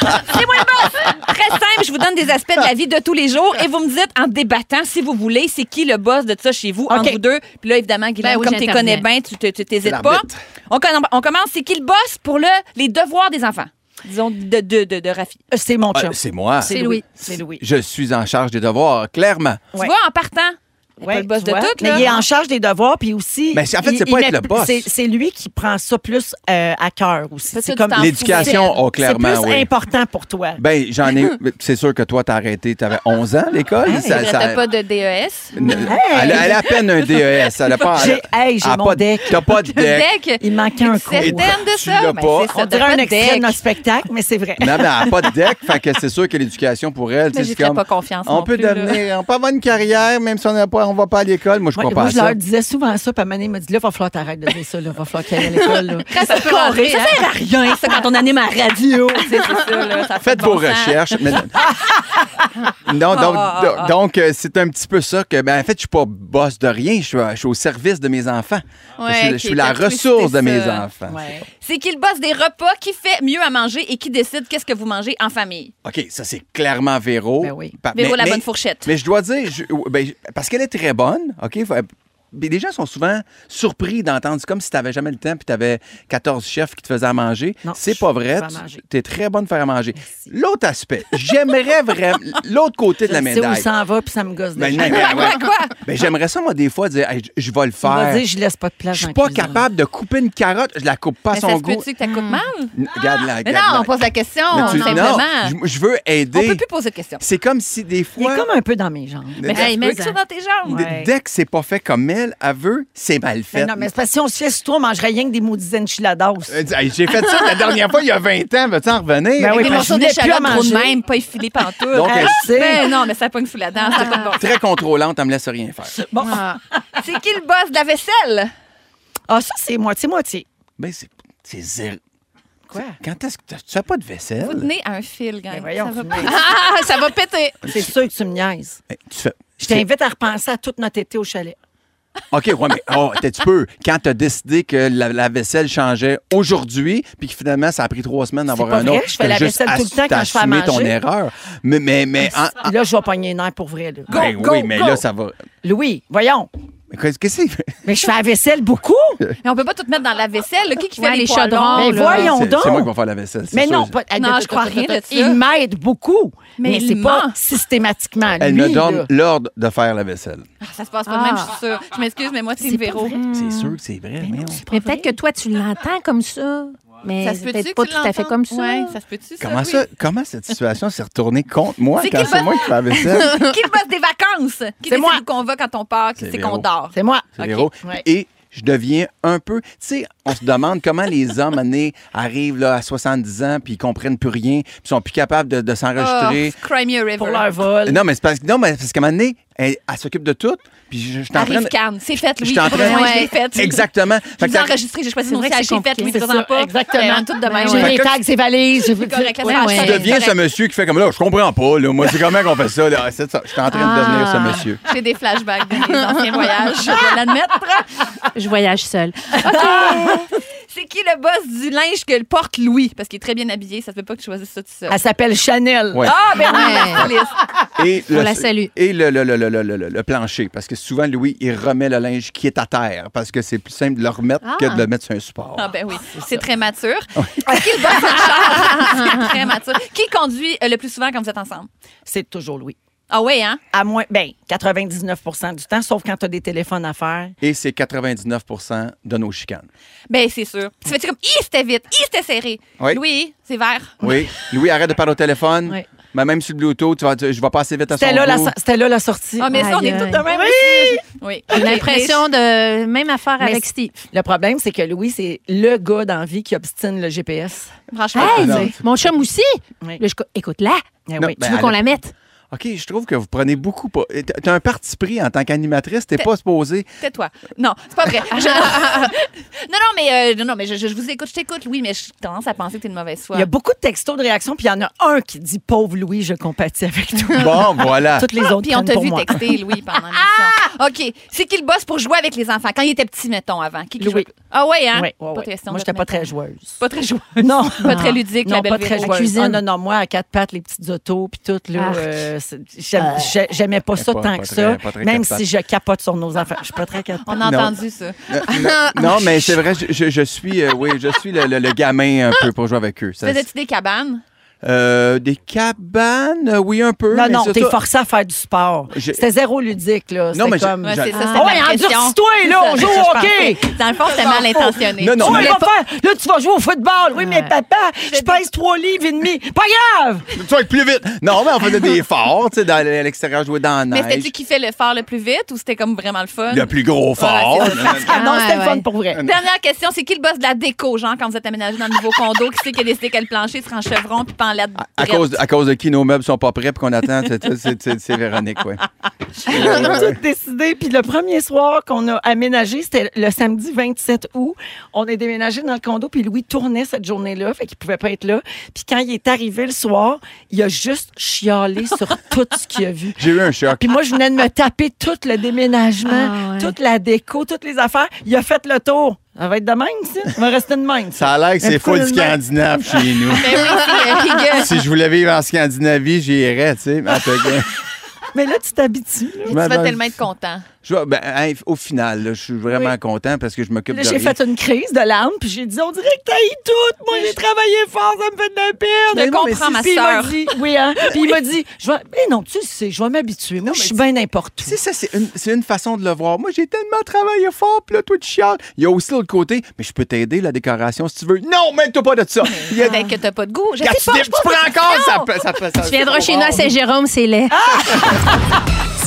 S16: Alors, c'est moi le boss. Très simple, je vous donne des aspects de la vie de tous les jours et vous me dites en débattant, si vous voulez, c'est qui le boss de ça chez vous, entre vous deux. Puis là, évidemment, Guylaine,
S18: Ben oui,
S16: comme tu les
S18: j'interviens.
S16: connais bien, tu te- tu t'hésites
S18: C'est
S16: pas.
S18: l'arbitre.
S16: On, con- on commence, c'est qui le boss pour le, les devoirs des enfants? Disons de, de, de, de Rafi.
S3: Euh, C'est mon
S17: Ah, c'est moi.
S16: C'est Louis. C'est Louis.
S17: Je suis en charge des devoirs, clairement.
S16: Tu vois, en partant, il pas le boss
S3: tu
S16: de
S3: vois.
S16: tout.
S3: Mais
S16: là.
S3: il est en charge des devoirs, puis aussi.
S17: Mais Ben, c'est- en fait,
S3: il-
S17: c'est pas
S3: il
S17: être
S3: met-
S17: le boss.
S3: c'est- C'est lui qui prend ça plus euh, à cœur aussi.
S17: tu
S3: C'est
S17: t'en L'éducation,
S3: c'est-
S17: oh, clairement,
S3: C'est plus
S17: oui.
S3: important pour toi.
S17: Ben, j'en ai. C'est sûr que toi, t'as arrêté. T'avais 11 ans à l'école.
S16: Hey,
S17: ça- ça-
S16: Ah, t'as pas de E DES.
S17: Ne- Elle, a- elle a à peine un DES. Elle a pas.
S3: J'ai- hey, j'ai
S17: elle a
S3: mon
S17: pas de-
S3: deck.
S17: T'as pas de deck.
S3: Il manquait un cours.
S16: certaine de Ben,
S17: Tu ça, l'as mais pas. c'est ça,
S3: On
S16: t'as
S3: dirait
S16: pas
S3: un
S16: de
S3: extrait
S16: deck.
S3: de notre spectacle, mais c'est vrai.
S17: Non, mais elle n'a pas de deck, fait que c'est sûr que l'éducation pour elle,
S3: Mais
S17: tu sais,
S3: j'y
S17: c'est
S3: ferais
S17: comme.
S3: pas confiance
S17: On
S3: non
S17: peut
S3: plus, là.
S17: devenir, on peut avoir une carrière, même si on n'a pas, on va pas à l'école. Moi, je
S3: Moi,
S17: comprends
S3: moi,
S17: pas
S3: je
S17: ça.
S3: leur disais souvent ça, puis Mané m'a dit là, va falloir t'arrêtes de dire ça, là, va falloir qu'elle aille à l'école. là.
S16: Quand ça peut rentrer,
S3: Ça
S16: hein?
S3: sert à rien, ça, quand on anime à la radio.
S16: C'est ça, là, ça a
S17: Faites
S16: pas de
S17: vos
S16: bon sens.
S17: recherches. mais- non, donc,
S16: Ah, ah, ah.
S17: donc euh, c'est un petit peu ça que, ben, en fait, je suis pas boss de rien, je suis, euh, je suis au service de mes enfants.
S16: Ouais,
S17: je suis, je
S16: ok,
S17: suis la
S16: t'as twisté
S17: ressource de
S16: ça.
S17: mes enfants.
S16: C'est qui le boss des repas, qui fait mieux à manger et qui décide qu'est-ce que vous mangez en famille.
S17: OK, ça, c'est clairement Véro. Pa-
S16: Ben Véro, la bonne fourchette.
S17: Mais je dois dire, je- ou- ben, je- parce qu'elle est très bonne, OK? fa- mais les gens sont souvent surpris d'entendre. C'est comme si tu n'avais jamais le temps puis tu avais 14 chefs qui te faisaient à manger. C'est pas vrai.
S3: à manger.
S17: Tu es très bonne de faire à manger. L'autre aspect, j'aimerais vraiment. L'autre côté de la
S3: C'est où il
S17: médaille.
S3: s'en va, puis ça me gosse
S17: Ben,
S3: déjà.
S17: non, ben, ouais. Ben, j'aimerais ça, moi, des fois, dire, Hey, je, je vais le
S3: On va
S17: faire.
S3: dire, je laisse pas de place.
S17: Je suis pas capable de couper une carotte. Je la coupe pas à
S16: Mais
S17: son
S16: ça se
S17: goût.
S16: peut-tu que tu coupes mal?
S17: N- Regarde la
S16: Hmm. Mais
S17: regarde
S16: non,
S17: la-
S16: on pose la question,
S17: Mais tu-
S16: simplement.
S17: non, je, je veux aider.
S16: On peut plus poser de questions.
S17: C'est comme si des fois.
S3: comme un peu dans mes jambes.
S16: Mais ça se peut que ça dans tes jambes.
S17: D- Dès que c'est pas fait comme elle, elle veut, c'est mal
S3: Mais
S17: fait.
S3: Ben non, mais c'est parce que si on se fait sur toi, on mangerait rien que des maudits enchiladas.
S17: Euh, dis, hey, J'ai fait ça la dernière fois il y a 20 ans, veux-tu en revenir?
S16: Avec des morceaux d'échalote trop de même, pas effilés pantoute. Hein?
S17: Donc, elle sait.
S16: Ah, mais non, mais ça pogne sous la dent, c'est pas bon.
S17: Très contrôlante, elle me laisse rien faire.
S16: Ah. C'est qui le boss de la vaisselle?
S3: Ah, ça, c'est moitié-moitié.
S17: Ben, c'est c'est zéro.
S3: Quoi?
S17: Quand est-ce que t'as- tu fais pas de
S16: Vous
S17: vaisselle?
S16: tenez à un fil, gang.
S3: Ben voyons,
S16: ça, va...
S3: tu me-
S16: Ah, ça va péter.
S3: C'est sûr que tu me niaises.
S17: Tu fais-
S3: Je t'invite à repenser à toute notre été au chalet.
S17: OK, ouais, mais oh, t'es- tu peux. Quand t'as décidé que la, la vaisselle changeait aujourd'hui, puis que finalement, ça a pris trois semaines d'avoir
S3: pas
S17: un
S3: vrai,
S17: autre,
S3: je fais la
S17: t'as juste
S3: vaisselle tout le temps quand je fais à
S17: assumé ton
S3: manger.
S17: erreur. Mais, mais, mais, en-
S3: Et là, je vais pogner les nerfs pour vrai. Là.
S17: Ah. Ben oui, mais là, ça va.
S3: Louis, voyons.
S17: Mais qu'est-ce que c'est?
S3: Mais je fais la vaisselle beaucoup.
S16: Mais on peut pas tout mettre dans la vaisselle. là. Qui, qui fait
S3: Ouais,
S16: les,
S3: les
S16: poêlons,
S3: chaudrons,
S16: là?
S17: Ben,
S3: Mais voyons
S17: C'est-
S3: donc.
S17: C'est moi qui vais faire la vaisselle. c'est
S3: Mais
S17: sûr.
S3: non, pas,
S16: Non,
S3: non,
S16: je
S3: je crois rien
S16: comprends
S3: de
S16: tout
S3: ça.
S16: ça.
S3: Il m'aide beaucoup,
S16: Mais
S3: mais,
S16: il
S3: c'est pas
S16: ment.
S3: systématiquement
S17: Elle
S3: lui.
S17: me donne
S3: là.
S17: l'ordre de faire la vaisselle.
S16: Ah, Ça se passe pas de même,
S18: Ah.
S16: je suis sûre. Je m'excuse, mais moi, c'est Véro. Hmm.
S17: C'est sûr que c'est vrai. mais on-
S18: Mais peut-être que toi, tu l'entends comme ça. Mais
S16: Ça se
S18: c'est
S16: peut-tu
S18: peut-être
S16: que
S18: pas
S16: tu
S18: tout à fait
S16: l'entendes?
S18: comme ça.
S16: Ouais, ça se peut-tu, ça?
S17: Comment,
S16: oui.
S17: ça, comment cette situation s'est retournée contre moi
S16: C'est
S17: quand
S16: qui
S17: c'est
S16: le
S17: moi qui fais la vaisselle?
S16: qui le bosse des vacances? Qui décide où qu'on va quand on part, qui
S17: C'est
S16: c'est
S17: Véro.
S16: qu'on dort?
S3: C'est moi.
S17: C'est Véro. Et je deviens un peu. Tu sais, on se demande comment les hommes années arrivent là, à 70 ans puis ils comprennent plus rien, puis sont plus capables de, de s'enregistrer.
S16: Oh, Cry me a river. Pour
S3: leur vol.
S17: Non, mais c'est parce que non, mais c'est parce qu'à un moment donné, elle, elle s'occupe de tout, puis je, je suis en train
S16: Arrive
S17: de-
S16: calme. C'est fait,
S17: Je
S16: lui.
S17: suis en train-
S16: Ouais, je l'ai fait.
S17: Exactement.
S16: Je
S17: Fait que
S16: vous ai
S17: ça-
S16: enregistré, j'ai choisi
S18: C'est
S16: mon
S18: vrai que
S16: siège,
S18: c'est
S16: j'ai fait, lui,
S18: compliqué,
S16: je
S18: c'est
S16: présente pas.
S18: ça, exactement.
S16: Ouais, tout de même.
S18: J'ai
S16: Ouais.
S18: les tags,
S3: ses valises.
S16: C'est correct, laisse-moi
S17: Je
S16: faire ça.
S17: deviens ce monsieur qui fait comme là, je comprends pas, là. Moi, c'est comment qu'on fait ça, là? Ah, c'est ça. Je suis en train de devenir
S18: Ah.
S17: ce monsieur.
S16: J'ai des flashbacks des anciens voyages, je dois l'admettre.
S18: Je voyage seule.
S16: C'est qui le boss du linge que le porte Louis? Parce qu'il est très bien habillé, ça se fait pas que tu choisisses ça tout seul.
S17: Ah,
S3: Elle s'appelle Chanel.
S17: Ouais.
S16: Ah, ben oui,
S17: Ouais.
S16: Alice.
S17: Et
S16: Ah, On la salue.
S17: Et le, le, le, le, le, le- le plancher. Parce que souvent, Louis, il remet le linge qui est à terre. Parce que c'est plus simple de le remettre
S16: Ah.
S17: que de le mettre sur un support.
S16: Ah ben oui, c'est très mature. Qui le boss du char? C'est très mature. Qui conduit euh, le plus souvent quand vous êtes ensemble?
S3: C'est toujours Louis.
S16: Ah oui, hein?
S3: À moins, ben, 99 du temps, sauf quand tu as des téléphones à faire.
S17: Et c'est 99 de nos chicanes.
S16: Ben c'est sûr. Tu fais-tu comme, hi, c'était vite, hi, c'était serré.
S17: Oui.
S16: Louis, c'est vert.
S17: Oui. Louis, arrête de parler au téléphone.
S16: Oui.
S17: Mais même sur le Bluetooth, tu vas, tu- je vais passer vite à son
S3: C'était là, la
S17: goût.
S3: so- c'était là la sortie.
S16: Ah, mais ça, on est toutes de même.
S3: Oui!
S16: Oui.
S18: J'ai l'impression de même affaire
S3: Mais
S18: avec
S3: c-
S18: Steve.
S3: Le problème, c'est que Louis, c'est le gars dans la vie qui obstine le GPS.
S16: Franchement.
S18: Hey,
S17: Non,
S18: dis-
S17: c'est-
S18: mon chum aussi. Là, je co- Écoute-la.
S3: Eh
S17: Non,
S18: Tu
S17: ben,
S18: veux qu'on
S17: elle-
S18: la mette?
S17: OK, je trouve que vous prenez beaucoup pas. T'as un parti pris en tant qu'animatrice, t'es
S16: T'es-
S17: pas supposé.
S16: Tais-toi. Non, c'est pas vrai. Je- non, non, mais, euh, non, non, mais je, je- je vous écoute, je t'écoute, Louis, mais j'ai tendance à penser que t'es de mauvaise foi.
S3: Il y a beaucoup de textos de réaction, puis il y en a un qui dit Pauvre Louis, je compatis avec toi.
S17: Bon, voilà.
S3: Toutes les autres
S16: Puis on
S3: prennent
S16: t'a
S3: pour
S16: vu
S3: moi.
S16: texter, Louis, pendant l'émission. Ah! OK. C'est qui le boss pour jouer avec les enfants? Quand il était petit, mettons, avant. Qui qui
S3: Louis.
S16: jouait- Ah ouais, hein?
S3: Ouais, ouais,
S16: Pas
S3: ouais.
S16: question
S3: Moi,
S16: de
S3: j'étais
S16: te
S3: pas
S16: mettre en-
S3: très joueuse.
S16: Pas très joueuse.
S3: Non.
S16: Pas très ludique,
S3: non,
S16: la belle
S3: pas très
S16: Véro.
S3: joueuse.
S16: La cuisine. Ah.
S3: Ah, non, non, moi, à quatre pattes, les petites autos, puis tout, là,
S16: Arc.
S3: euh, c'est- j'aime-
S18: Ah.
S3: j'ai- j'aimais pas
S17: Pas-
S3: ça tant
S17: pas
S3: que
S17: très-
S3: ça,
S17: pas très
S3: même
S17: quatre
S3: si je capote sur nos enfants. Je suis pas très quatre
S16: On
S3: pattes.
S16: a
S17: Non.
S16: entendu ça.
S17: Euh,
S3: Ah,
S17: non, non, mais c'est vrai, je, je- je suis, euh, oui, je suis le, le- le gamin un peu pour jouer avec eux. Ça-
S16: Faisais-tu des cabanes?
S17: Euh, des cabanes, euh, oui, un peu.
S3: Non,
S17: mais
S3: non,
S17: c'est
S3: t'es
S17: ça.
S3: forcé à faire du sport.
S17: J'ai-
S3: C'était zéro ludique, là.
S17: Non, mais
S3: C'était
S17: j'ai-
S3: comme...
S17: Ouais, c'est ça,
S3: Ah,
S16: c'est
S3: ouais,
S16: la pression.
S3: endurcis-toi, là, on
S16: C'est
S3: joue
S16: ça,
S3: au
S16: je
S3: hockey!
S16: pensais. Dans le fond, c'était mal intentionné.
S17: Non, non,
S16: Tu
S17: mais-
S16: voulais
S3: Tu vas
S16: pas-
S3: faire- Là, tu vas jouer au football. Oui, mais papa, je pèse trois livres et demi. Pas grave!
S17: Tu vas être plus vite. Non, mais on faisait des efforts, tu sais, dans- à l'extérieur, jouer dans la
S16: Mais
S17: neige.
S16: c'était-tu qui fait le fort le plus vite ou c'était comme vraiment le fun?
S17: Le plus gros fort.
S16: Ouais, c'est ça.
S3: Ah, non, c'était le
S18: ouais,
S3: fun
S18: ouais.
S3: pour vrai.
S16: Dernière question, c'est qui le boss de la déco, genre, quand vous êtes aménagé dans le nouveau condo, qui c'est qui a décidé que le plancher sera en chevron puis pas en lettres?
S17: à, cause, à cause de qui nos meubles sont pas prêts puis qu'on attend, c'est- c'est- c'est c'est- c'est Véronique, oui.
S3: On a tout décidé. Puis le premier soir qu'on a aménagé, c'était le samedi 27 août. On est déménagé dans le condo, puis Louis tournait cette journée-là, fait qu'il pouvait pas être là. Puis quand il est arrivé le soir, il a juste chialé sur tout ce qu'il a vu.
S17: J'ai eu un choc.
S3: Puis moi, je venais de me taper tout le déménagement,
S18: Ah ouais.
S3: toute la déco, toutes les affaires. Il a fait le tour. Ça va être de même, ça. Ça va rester de même.
S17: Ça a l'air que c'est
S3: Un coup
S17: full
S3: de Ben main.
S17: scandinave chez nous.
S16: Mais oui, c'est euh, rigueur.
S17: si je voulais vivre en Scandinavie, j'irais, tu sais. mais en tout cas,
S3: Mais là, tu t'habitues. là.
S17: je
S16: Tu
S17: m'en-
S16: vas tellement être content.
S17: je vois- ben, hey, au final, là, je suis vraiment content parce que je m'occupe de
S3: Là, j'ai
S17: rien.
S3: fait une crise de larmes, puis j'ai dit, on dirait que t'as eu tout. Moi, j'ai travaillé fort, ça me fait de la peine.
S16: Je
S3: Mais non, mais
S16: comprends,
S3: si-
S16: ma
S3: puis il m'a
S16: sœur.
S3: dit- Oui, hein? Puis il m'a dit, je vais, ben non, tu sais, je vais m'habituer. Moi, je suis bien n'importe où.
S17: C'est ça, c'est une, c'est une façon de le voir. Moi, j'ai tellement travaillé fort, puis là, toi, tu chiales. Il y a aussi l'autre côté, mais je peux t'aider, la décoration, si tu veux. Non, même toi pas de ça. Il y a-
S16: Peut-être que t'as pas de goût. Je sais
S17: Quand
S16: pas,
S17: tu, dé-
S16: je
S17: tu
S16: pose
S17: prends
S16: des
S17: encore, ça
S16: questions.
S17: peut. Ça, peut-
S18: Tu
S17: ça-
S18: viendras chez nous à Saint-Jérôme, c'est laid.